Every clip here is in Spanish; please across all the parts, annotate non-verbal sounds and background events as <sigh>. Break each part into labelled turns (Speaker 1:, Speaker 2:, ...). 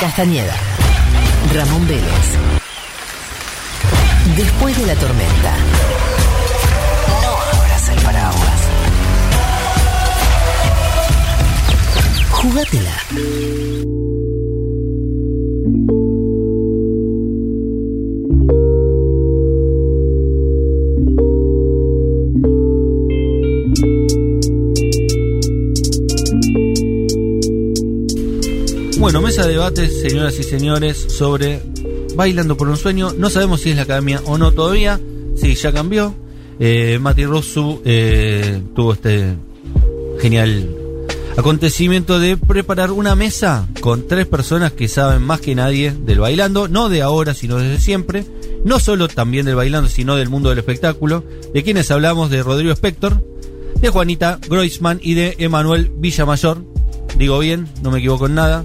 Speaker 1: Castañeda. Ramón Vélez. Después de la tormenta. No abras el paraguas. Jugátela.
Speaker 2: Bueno, mesa de debates, señoras y señores, sobre Bailando por un sueño. No sabemos si es la academia o no todavía. Sí, ya cambió. Eh, Mati Rosu eh, tuvo este genial acontecimiento de preparar una mesa con tres personas que saben más que nadie del bailando, no de ahora, sino desde siempre. No solo también del bailando, sino del mundo del espectáculo. De quienes hablamos de Rodrigo Spector, de Juanita Groisman y de Emanuel Villamayor. Digo bien, no me equivoco en nada.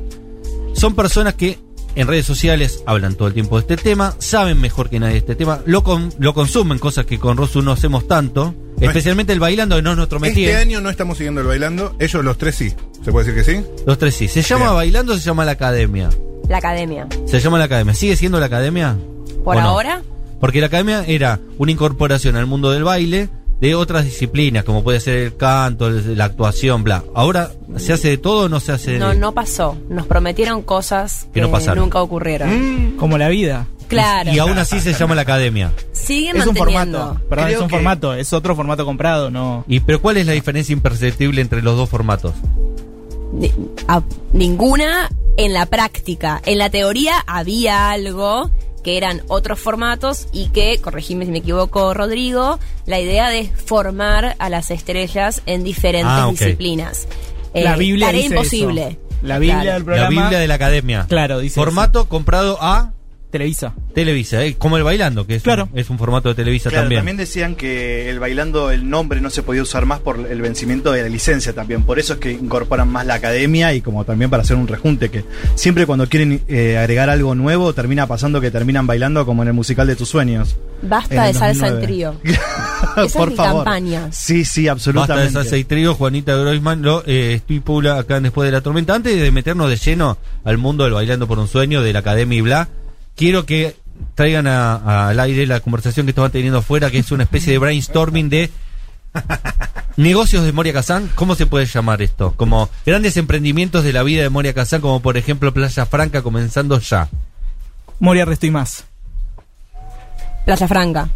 Speaker 2: Son personas que en redes sociales hablan todo el tiempo de este tema, saben mejor que nadie este tema, lo, con- lo consumen, cosas que con Rosu no hacemos tanto, especialmente el bailando, que no es nuestro métier.
Speaker 3: Este año no estamos siguiendo el bailando. Ellos los tres sí. ¿Se puede decir que sí?
Speaker 2: Los tres sí. ¿Se llama
Speaker 3: Bien.
Speaker 2: Bailando o se llama La Academia?
Speaker 4: La academia.
Speaker 2: Se llama La Academia. ¿Sigue siendo La Academia?
Speaker 4: Por
Speaker 2: ¿O no?
Speaker 4: ahora,
Speaker 2: Porque La Academia era una incorporación al mundo del baile de otras disciplinas, como puede ser el canto, el- la actuación, bla. Ahora, ¿se hace de todo o no se hace de
Speaker 4: no, no pasó. Nos prometieron cosas
Speaker 2: Que
Speaker 4: que,
Speaker 2: no pasaron. Mm.
Speaker 4: nunca ocurrieron.
Speaker 5: Como la vida.
Speaker 4: Claro.
Speaker 2: Y aún así se llama La Academia.
Speaker 4: Siguen
Speaker 5: Es un
Speaker 4: manteniendo.
Speaker 5: formato. Perdón,
Speaker 3: Creo
Speaker 5: es un
Speaker 3: que-
Speaker 5: formato. Es otro formato comprado, no.
Speaker 2: ¿Y pero cuál es la diferencia imperceptible entre los dos formatos?
Speaker 4: Ni- a- ninguna en la práctica. En la teoría había algo que eran otros formatos y que, corregime si me equivoco, Rodrigo, la idea de formar a las estrellas en diferentes
Speaker 2: Ah, ok.
Speaker 4: disciplinas. Eh,
Speaker 5: la Biblia
Speaker 4: tarea
Speaker 5: dice
Speaker 4: imposible.
Speaker 5: eso. La Biblia
Speaker 4: Claro.
Speaker 5: del programa.
Speaker 2: La Biblia de la Academia.
Speaker 5: Claro, dice
Speaker 2: Formato comprado a
Speaker 5: Televisa.
Speaker 2: Televisa, ¿eh? como el bailando, que es,
Speaker 5: Claro.
Speaker 2: un, es un formato de Televisa
Speaker 6: Claro, también.
Speaker 2: también.
Speaker 6: decían que el bailando el nombre no se podía usar más por el vencimiento de la licencia también. Por eso es que incorporan más la academia y como también para hacer un rejunte que siempre cuando quieren eh, agregar algo nuevo termina pasando que terminan bailando como en el musical de tus sueños. En
Speaker 4: Basta
Speaker 6: el
Speaker 4: de salsa en
Speaker 6: 2009.
Speaker 4: trío.
Speaker 6: <laughs> Por
Speaker 4: es mi
Speaker 6: favor.
Speaker 4: campaña.
Speaker 6: Sí,
Speaker 2: Basta
Speaker 6: sí,
Speaker 2: de
Speaker 6: absolutamente.
Speaker 2: esas seis tríos, Juanita Groisman, lo, eh, estoy Pula acá en Después de la Tormenta. Antes de meternos de lleno al mundo del Bailando por un Sueño, de la Academia y bla, quiero que traigan a- a- al aire la conversación que estaban teniendo afuera, que es una especie de brainstorming de <laughs> negocios de Moria Kazán. ¿Cómo se puede llamar esto? Como grandes emprendimientos de la vida de Moria Kazán, como por ejemplo Playa Franca comenzando ya.
Speaker 5: Moria Resto y más.
Speaker 4: Playa Franca.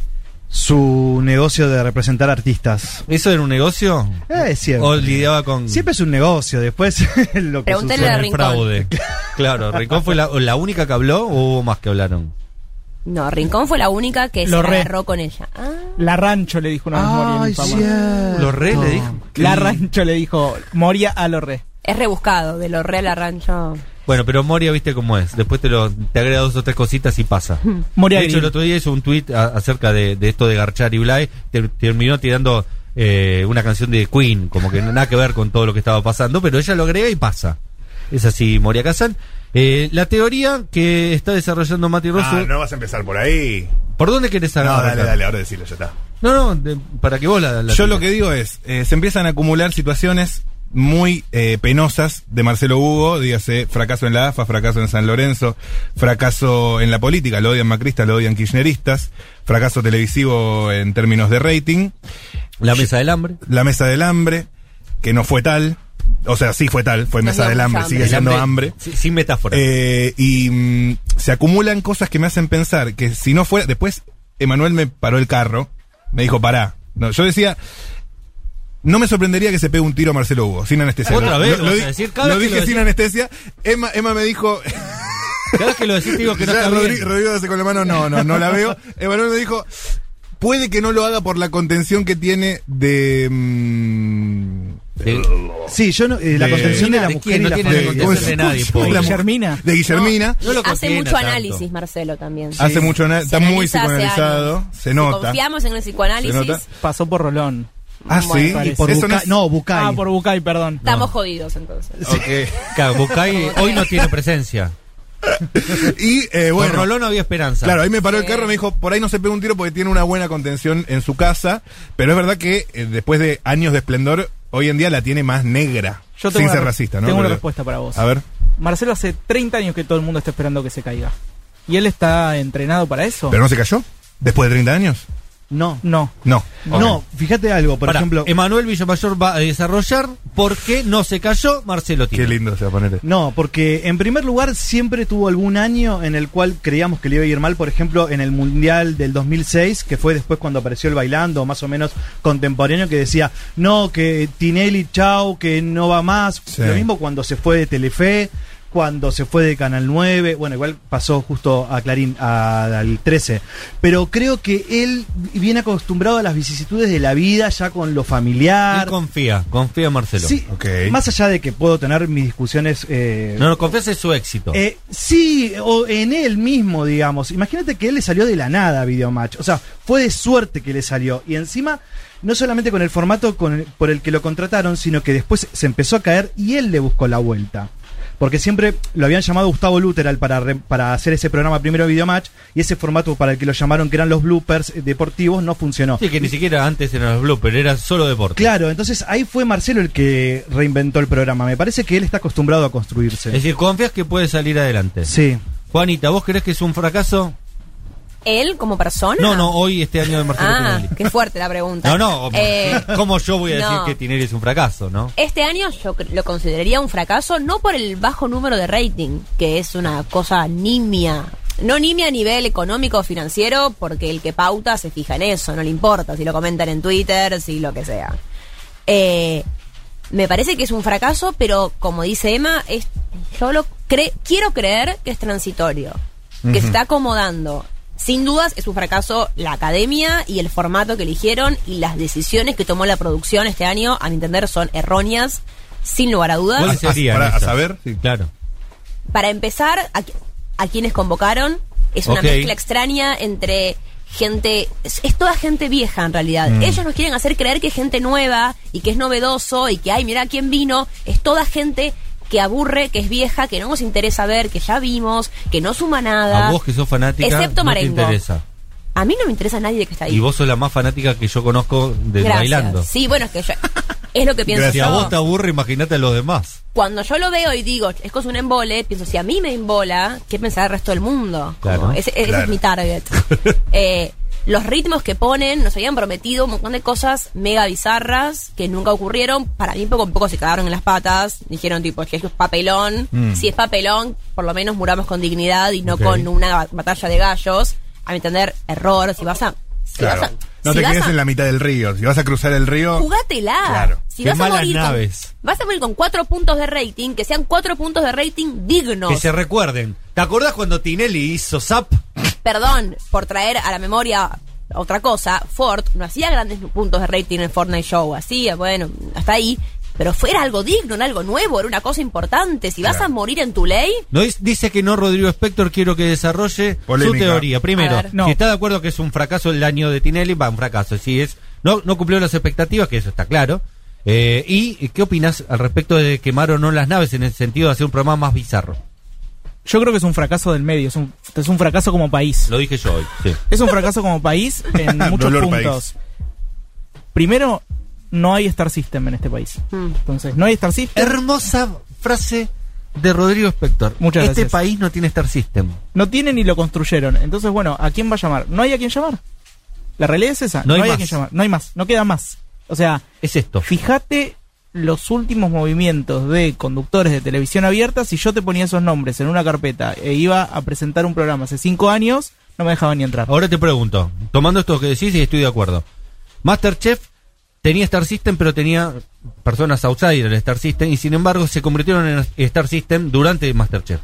Speaker 6: Su negocio de representar artistas.
Speaker 2: ¿Eso era un negocio?
Speaker 6: Eh, siempre.
Speaker 2: ¿O lidiaba con...?
Speaker 6: Siempre es un negocio, después <laughs> lo que
Speaker 4: Pregúntale
Speaker 2: con
Speaker 6: sucede.
Speaker 4: a
Speaker 2: el
Speaker 4: Rincón.
Speaker 2: fraude. Claro, Rincón fue la, la única que habló o hubo más que hablaron.
Speaker 4: No, Rincón fue la única que
Speaker 5: Lo
Speaker 4: se
Speaker 5: re.
Speaker 4: agarró con ella. Ah,
Speaker 5: La Rancho le dijo una vez Moria en
Speaker 6: Ay,
Speaker 5: Infama.
Speaker 6: cierto.
Speaker 2: Los re le dijo.
Speaker 5: La Rancho le dijo Moria a los re.
Speaker 4: es rebuscado, de lo re a la rancho.
Speaker 2: Bueno, pero Moria, viste cómo es. Después te, lo, te agrega dos o tres cositas y pasa.
Speaker 5: <laughs> Moria
Speaker 2: de hecho, el
Speaker 5: Green.
Speaker 2: otro día hizo un tuit a- acerca de, de esto de Garchar y Blay. Ter- terminó tirando eh, una canción de Queen, como que nada que ver con todo lo que estaba pasando, pero ella lo agrega y pasa. Es así, Moria Kazan. Eh, la teoría que está desarrollando Mati Rosso.
Speaker 3: Ah, no vas a empezar por ahí.
Speaker 2: ¿Por dónde querés
Speaker 3: No,
Speaker 2: agarrar?
Speaker 3: dale, dale, ahora decilo, ya está.
Speaker 2: No, no, de- para que vos la, la
Speaker 3: Yo lo que digo es, eh, se empiezan a acumular situaciones muy eh, penosas de Marcelo Hugo, dígase fracaso en la AFA, fracaso en San Lorenzo, fracaso en la política, lo odian macristas, lo odian kirchneristas, fracaso televisivo en términos de rating,
Speaker 2: La mesa del hambre.
Speaker 3: la mesa del hambre, que no fue tal, o sea, sí fue tal, fue
Speaker 4: No
Speaker 3: mesa
Speaker 4: fue
Speaker 3: del
Speaker 4: mucha
Speaker 3: hambre,
Speaker 4: hambre.
Speaker 3: sigue
Speaker 2: El
Speaker 3: siendo hambre.
Speaker 2: si- Sin metáfora.
Speaker 3: Eh, y mm, se acumulan cosas que me hacen pensar que si no fuera. Después, Emanuel me paró el carro. Me dijo, pará. No, yo decía. No me sorprendería que se pegue un tiro a Marcelo Hugo, sin anestesia.
Speaker 2: Otra
Speaker 3: Lo-
Speaker 2: vez,
Speaker 3: lo,
Speaker 2: vas
Speaker 3: di-
Speaker 2: a decir, cada
Speaker 3: lo
Speaker 2: vez que
Speaker 3: dije
Speaker 2: lo
Speaker 3: sin
Speaker 2: decís.
Speaker 3: anestesia. Emma, Emma me dijo,
Speaker 2: Cada vez que lo decís te <laughs> digo que no
Speaker 3: <laughs> ya
Speaker 2: está
Speaker 3: Rodri-
Speaker 2: bien.
Speaker 3: Rodrigo hace con la mano, no, no, no
Speaker 2: <laughs>
Speaker 3: la veo. Emanuel me dijo, puede que no lo haga por la contención que tiene de... mm,
Speaker 2: De-
Speaker 6: Sí, yo no, eh, la
Speaker 3: De-
Speaker 6: contención de la
Speaker 2: ¿De
Speaker 6: mujer
Speaker 2: quién?
Speaker 6: y
Speaker 2: No
Speaker 6: la
Speaker 2: tiene
Speaker 3: de-
Speaker 2: la
Speaker 6: familia. Pues,
Speaker 2: contención de nadie,
Speaker 3: ¿cómo se llama?
Speaker 2: pobre.
Speaker 5: Guillermina.
Speaker 3: De Guillermina.
Speaker 2: No lo
Speaker 4: Hace
Speaker 2: contiene
Speaker 4: mucho
Speaker 2: tanto.
Speaker 4: análisis, Marcelo, también.
Speaker 3: Hace mucho análisis,
Speaker 4: Se
Speaker 3: está muy
Speaker 4: analiza hace
Speaker 3: psicoanalizado,
Speaker 4: años.
Speaker 3: se nota.
Speaker 4: Confiamos en el psicoanálisis.
Speaker 3: Se nota.
Speaker 5: Pasó por Rolón.
Speaker 3: Ah,
Speaker 4: Bueno,
Speaker 3: sí.
Speaker 5: parece.
Speaker 6: Y por
Speaker 3: Eso no
Speaker 6: Bucay-
Speaker 3: es-
Speaker 6: no, Bucay.
Speaker 5: Ah, por Bucay, perdón.
Speaker 4: Estamos jodidos entonces.
Speaker 2: Claro, Bucay hoy no tiene presencia.
Speaker 3: <laughs> Y eh,
Speaker 2: Bueno,
Speaker 3: bueno,
Speaker 2: Con Rolón no había esperanza.
Speaker 3: Claro, ahí me paró el carro y me dijo, por ahí no se pega un tiro porque tiene una buena contención en su casa, pero es verdad que eh, después de años de esplendor, hoy en día la tiene más negra.
Speaker 5: Yo tengo
Speaker 3: sin
Speaker 5: una-
Speaker 3: ser racista, ¿no?
Speaker 5: tengo una
Speaker 3: Pero-
Speaker 5: respuesta para vos.
Speaker 3: A ver.
Speaker 5: Marcelo hace 30 años que todo el mundo está esperando que se caiga. ¿Y él está entrenado para eso?
Speaker 3: ¿Pero no se cayó? ¿Después de 30 años?
Speaker 6: No.
Speaker 5: no.
Speaker 3: No.
Speaker 6: No, fíjate algo, por
Speaker 2: Pará,
Speaker 6: ejemplo.
Speaker 2: Emanuel Villamayor va a desarrollar por qué no se cayó Marcelo
Speaker 3: Qué
Speaker 2: Tinelli.
Speaker 3: lindo se va a poner.
Speaker 6: No, porque en primer lugar siempre tuvo algún año en el cual creíamos que le iba a ir mal, por ejemplo, en el Mundial del 2006, que fue después cuando apareció el bailando, más o menos contemporáneo, que decía, no, que Tinelli, chau, que no va más.
Speaker 3: Sí.
Speaker 6: Lo mismo cuando se fue de Telefe, cuando se fue de Canal 9, bueno, igual pasó justo a Clarín, a- al 13. Pero creo que él viene acostumbrado a las vicisitudes de la vida, ya con lo familiar.
Speaker 2: Él confía, confía en Marcelo.
Speaker 6: Sí,
Speaker 3: Ok.
Speaker 6: más allá de que puedo tener mis discusiones... eh,
Speaker 2: No, no, confías en su éxito.
Speaker 6: eh, sí, o en él mismo, digamos. Imagínate que él le salió de la nada Videomatch. O sea, fue de suerte que le salió. Y encima, no solamente con el formato con el- por el que lo contrataron, sino que después se empezó a caer y él le buscó la vuelta. Porque siempre lo habían llamado Gustavo Luteral para, re- para hacer ese programa primero Videomatch. Y ese formato para el que lo llamaron, que eran los bloopers eh, deportivos, no funcionó.
Speaker 2: Sí, que ni siquiera antes eran los bloopers, era solo deporte.
Speaker 6: Claro, entonces ahí fue Marcelo el que reinventó el programa. Me parece que él está acostumbrado a construirse.
Speaker 2: Es decir, confías que puede salir adelante.
Speaker 6: Sí.
Speaker 2: Juanita, ¿vos crees que es un fracaso?
Speaker 4: ¿Él como persona?
Speaker 2: No, no, hoy este año de Marcelo
Speaker 4: Ah,
Speaker 2: Tinelli.
Speaker 4: qué fuerte la
Speaker 2: No,
Speaker 4: pregunta.
Speaker 2: no,
Speaker 4: Eh,
Speaker 2: ¿cómo yo voy a decir
Speaker 4: no.
Speaker 2: que Tinelli es un fracaso, no?
Speaker 4: Este año yo cre- lo consideraría un fracaso, no por el bajo número de rating, que es una cosa nimia. No nimia a nivel económico o financiero, porque el que pauta se fija en eso, no le importa si lo comentan en Twitter, si lo que sea. Eh, me parece que es un fracaso, pero como dice Emma, es, yo lo cre- quiero creer que es transitorio, que se está acomodando. Sin dudas es un fracaso la academia y el formato que eligieron y las decisiones que tomó la producción este año, a mi entender, son erróneas, sin lugar a dudas.
Speaker 2: ¿Cuáles
Speaker 3: a-
Speaker 2: serían
Speaker 3: para- a
Speaker 2: esas?
Speaker 3: saber, sí.
Speaker 2: Claro.
Speaker 4: Para empezar, a, qui- a quienes convocaron es una
Speaker 2: Ok.
Speaker 4: mezcla extraña entre gente, es, es toda gente vieja en realidad.
Speaker 2: Mm.
Speaker 4: Ellos nos quieren hacer creer que es gente nueva y que es novedoso y que, ay, mira quién vino. Es toda gente que aburre, que es vieja, que no nos interesa ver, que ya vimos, que no suma nada.
Speaker 2: A vos que sos fanática,
Speaker 4: Excepto
Speaker 2: no
Speaker 4: Marengo.
Speaker 2: te interesa.
Speaker 4: A mí no me interesa nadie que está ahí.
Speaker 2: Y vos sos la más fanática que yo conozco de
Speaker 4: Gracias.
Speaker 2: bailando.
Speaker 4: Sí, bueno, es que yo,
Speaker 2: <laughs>
Speaker 4: es lo que pienso
Speaker 2: Si a
Speaker 4: yo.
Speaker 2: vos te aburre, imagínate a los demás.
Speaker 4: cuando yo lo veo y digo, es cosa un embole, pienso, si a mí me embola, ¿qué pensará el resto del mundo? Como,
Speaker 2: Claro.
Speaker 4: ese, ese
Speaker 3: Claro.
Speaker 4: es
Speaker 3: <laughs>
Speaker 4: mi target. Eh, los ritmos que ponen, nos habían prometido un montón de cosas mega bizarras que nunca ocurrieron. Para mí, poco a poco se cagaron en las patas. Dijeron, tipo, que es papelón.
Speaker 3: Mm.
Speaker 4: Si es papelón, por lo menos muramos con dignidad y no
Speaker 2: Ok.
Speaker 4: con una ba- batalla de gallos. A mi entender, error. Si vas a. Si vas
Speaker 3: Claro.
Speaker 4: a-
Speaker 3: No
Speaker 4: si
Speaker 3: te
Speaker 4: vas
Speaker 3: quedes
Speaker 4: a-
Speaker 3: en la mitad del río. Si vas a cruzar el río.
Speaker 4: Jugátela.
Speaker 3: Claro.
Speaker 4: Si
Speaker 2: Qué
Speaker 4: vas a,
Speaker 2: malas
Speaker 4: morir con-
Speaker 2: naves.
Speaker 4: vas a morir con cuatro puntos de rating, que sean cuatro puntos de rating dignos.
Speaker 2: Que se recuerden. ¿Te acordás cuando Tinelli hizo Zap?
Speaker 4: Perdón por traer a la memoria otra cosa. Ford no hacía grandes puntos de rating en Fortnite Show. Hacía, bueno, hasta ahí. Pero fuera algo digno, era algo nuevo, era una cosa importante. Si vas a morir en tu ley,
Speaker 2: No dis- dice que no Rodrigo Spector, quiero que desarrolle su
Speaker 3: Polémica.
Speaker 2: teoría. Primero,
Speaker 4: A ver.
Speaker 5: No.
Speaker 2: si está de acuerdo que es un fracaso el año de Tinelli, va un fracaso. Si es no no cumplió las expectativas, que eso está claro. Eh, ¿Y qué opinas al respecto de quemar o no las naves en el sentido de hacer un programa más bizarro?
Speaker 5: Yo creo que es un fracaso del medio, es un, es un fracaso como país.
Speaker 2: Lo dije yo hoy. sí.
Speaker 5: Es un fracaso como
Speaker 2: <laughs>
Speaker 5: país en muchos
Speaker 3: Dolor
Speaker 5: puntos. Primero, no hay Star System en este país.
Speaker 4: Mm.
Speaker 5: Entonces, no hay Star System.
Speaker 2: Hermosa frase de Rodrigo Spector.
Speaker 5: Muchas
Speaker 2: este
Speaker 5: gracias.
Speaker 2: país no tiene Star System.
Speaker 5: No tienen ni lo construyeron. Entonces, bueno, ¿a quién va a llamar? No hay a quién llamar. La realidad es esa.
Speaker 2: No
Speaker 5: No,
Speaker 2: hay
Speaker 5: hay, a
Speaker 2: más.
Speaker 5: quién llamar. No hay más. No queda más. O sea,
Speaker 2: Es esto.
Speaker 5: fíjate los últimos movimientos de conductores de televisión abierta. Si yo te ponía esos nombres en una carpeta e iba a presentar un programa hace cinco años, no me dejaban ni entrar.
Speaker 2: Ahora te pregunto, tomando esto que decís y estoy de acuerdo. Masterchef tenía Star System, pero tenía personas outsider del Star System y sin embargo se convirtieron en Star System durante Masterchef.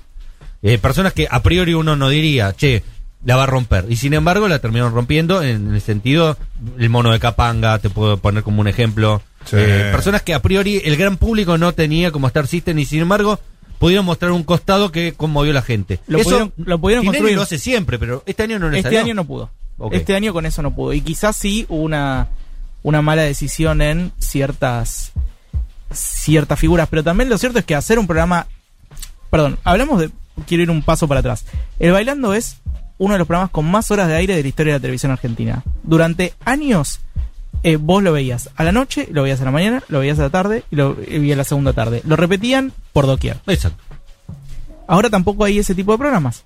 Speaker 2: Eh, personas que a priori uno no diría, che, la va a romper. Y sin embargo la terminaron rompiendo en el sentido, el mono de Capanga, te puedo poner como un ejemplo.
Speaker 3: Sí.
Speaker 2: Eh, personas que a priori el gran público no tenía como Star System y sin embargo pudieron mostrar un costado que conmovió a la gente.
Speaker 5: Lo pudieron- lo pudieron
Speaker 2: Tinelli
Speaker 5: construir.
Speaker 2: lo hace siempre, pero este año no le
Speaker 5: Este
Speaker 2: salió.
Speaker 5: año no pudo.
Speaker 2: Ok.
Speaker 5: Este año con eso no pudo. Y quizás sí hubo una, una mala decisión en ciertas, ciertas figuras. Pero también lo cierto es que hacer un programa. Perdón, hablamos de. Quiero ir un paso para atrás. El Bailando es uno de los programas con más horas de aire de la historia de la televisión argentina. Durante años. eh, vos lo veías a la noche, lo veías a la mañana, lo veías a la tarde y lo y a la segunda tarde. Lo repetían por doquier.
Speaker 2: Exacto.
Speaker 5: Ahora tampoco hay ese tipo de programas.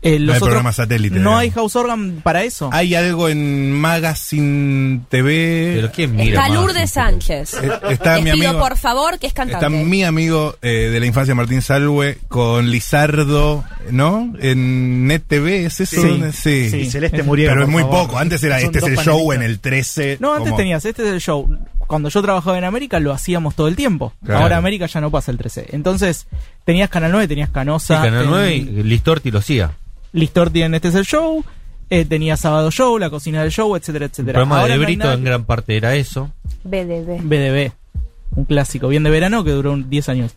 Speaker 5: Eh, los
Speaker 3: hay
Speaker 5: otros-
Speaker 3: programas satélite,
Speaker 5: No
Speaker 3: digamos.
Speaker 5: hay House Organ para eso.
Speaker 3: Hay algo en Magazine
Speaker 5: Eh,
Speaker 3: TV.
Speaker 2: Pero ¿quién mira?
Speaker 4: Está
Speaker 2: más? Este,
Speaker 4: Lourdes Sánchez.
Speaker 3: Eh, Está
Speaker 4: Les
Speaker 3: mi
Speaker 4: pido
Speaker 3: amigo.
Speaker 4: por favor que es cantante.
Speaker 3: Está mi amigo eh, de la infancia Martín Salwe con Lizardo, ¿no? En Net TV, ¿es eso?
Speaker 5: Sí.
Speaker 3: Sí.
Speaker 5: Sí.
Speaker 6: Y Celeste
Speaker 5: Pero
Speaker 6: murió.
Speaker 3: Pero es muy poco. Antes era
Speaker 6: Son
Speaker 3: este es
Speaker 6: dos
Speaker 3: el show en
Speaker 6: panelitas.
Speaker 3: el 13.
Speaker 5: No, antes
Speaker 3: como-
Speaker 5: tenías, este es el show. Cuando yo trabajaba en América lo hacíamos todo el tiempo.
Speaker 3: Claro.
Speaker 5: Ahora América ya no pasa el 13. Entonces, tenías Canal 9, tenías
Speaker 2: Sí,
Speaker 5: Canosa.
Speaker 2: Canal
Speaker 5: ten-
Speaker 2: 9, este y Listorti lo hacía.
Speaker 5: Listor tiene Este es el show. eh, tenía Sábado Show, La Cocina del Show, etcétera,
Speaker 2: El
Speaker 5: etcétera.
Speaker 2: programa
Speaker 5: Ahora
Speaker 2: de
Speaker 5: no hay
Speaker 2: Brito
Speaker 5: nada
Speaker 2: en gran parte era eso.
Speaker 4: BDB.
Speaker 5: BDB, un clásico, bien de verano que duró un- 10 años.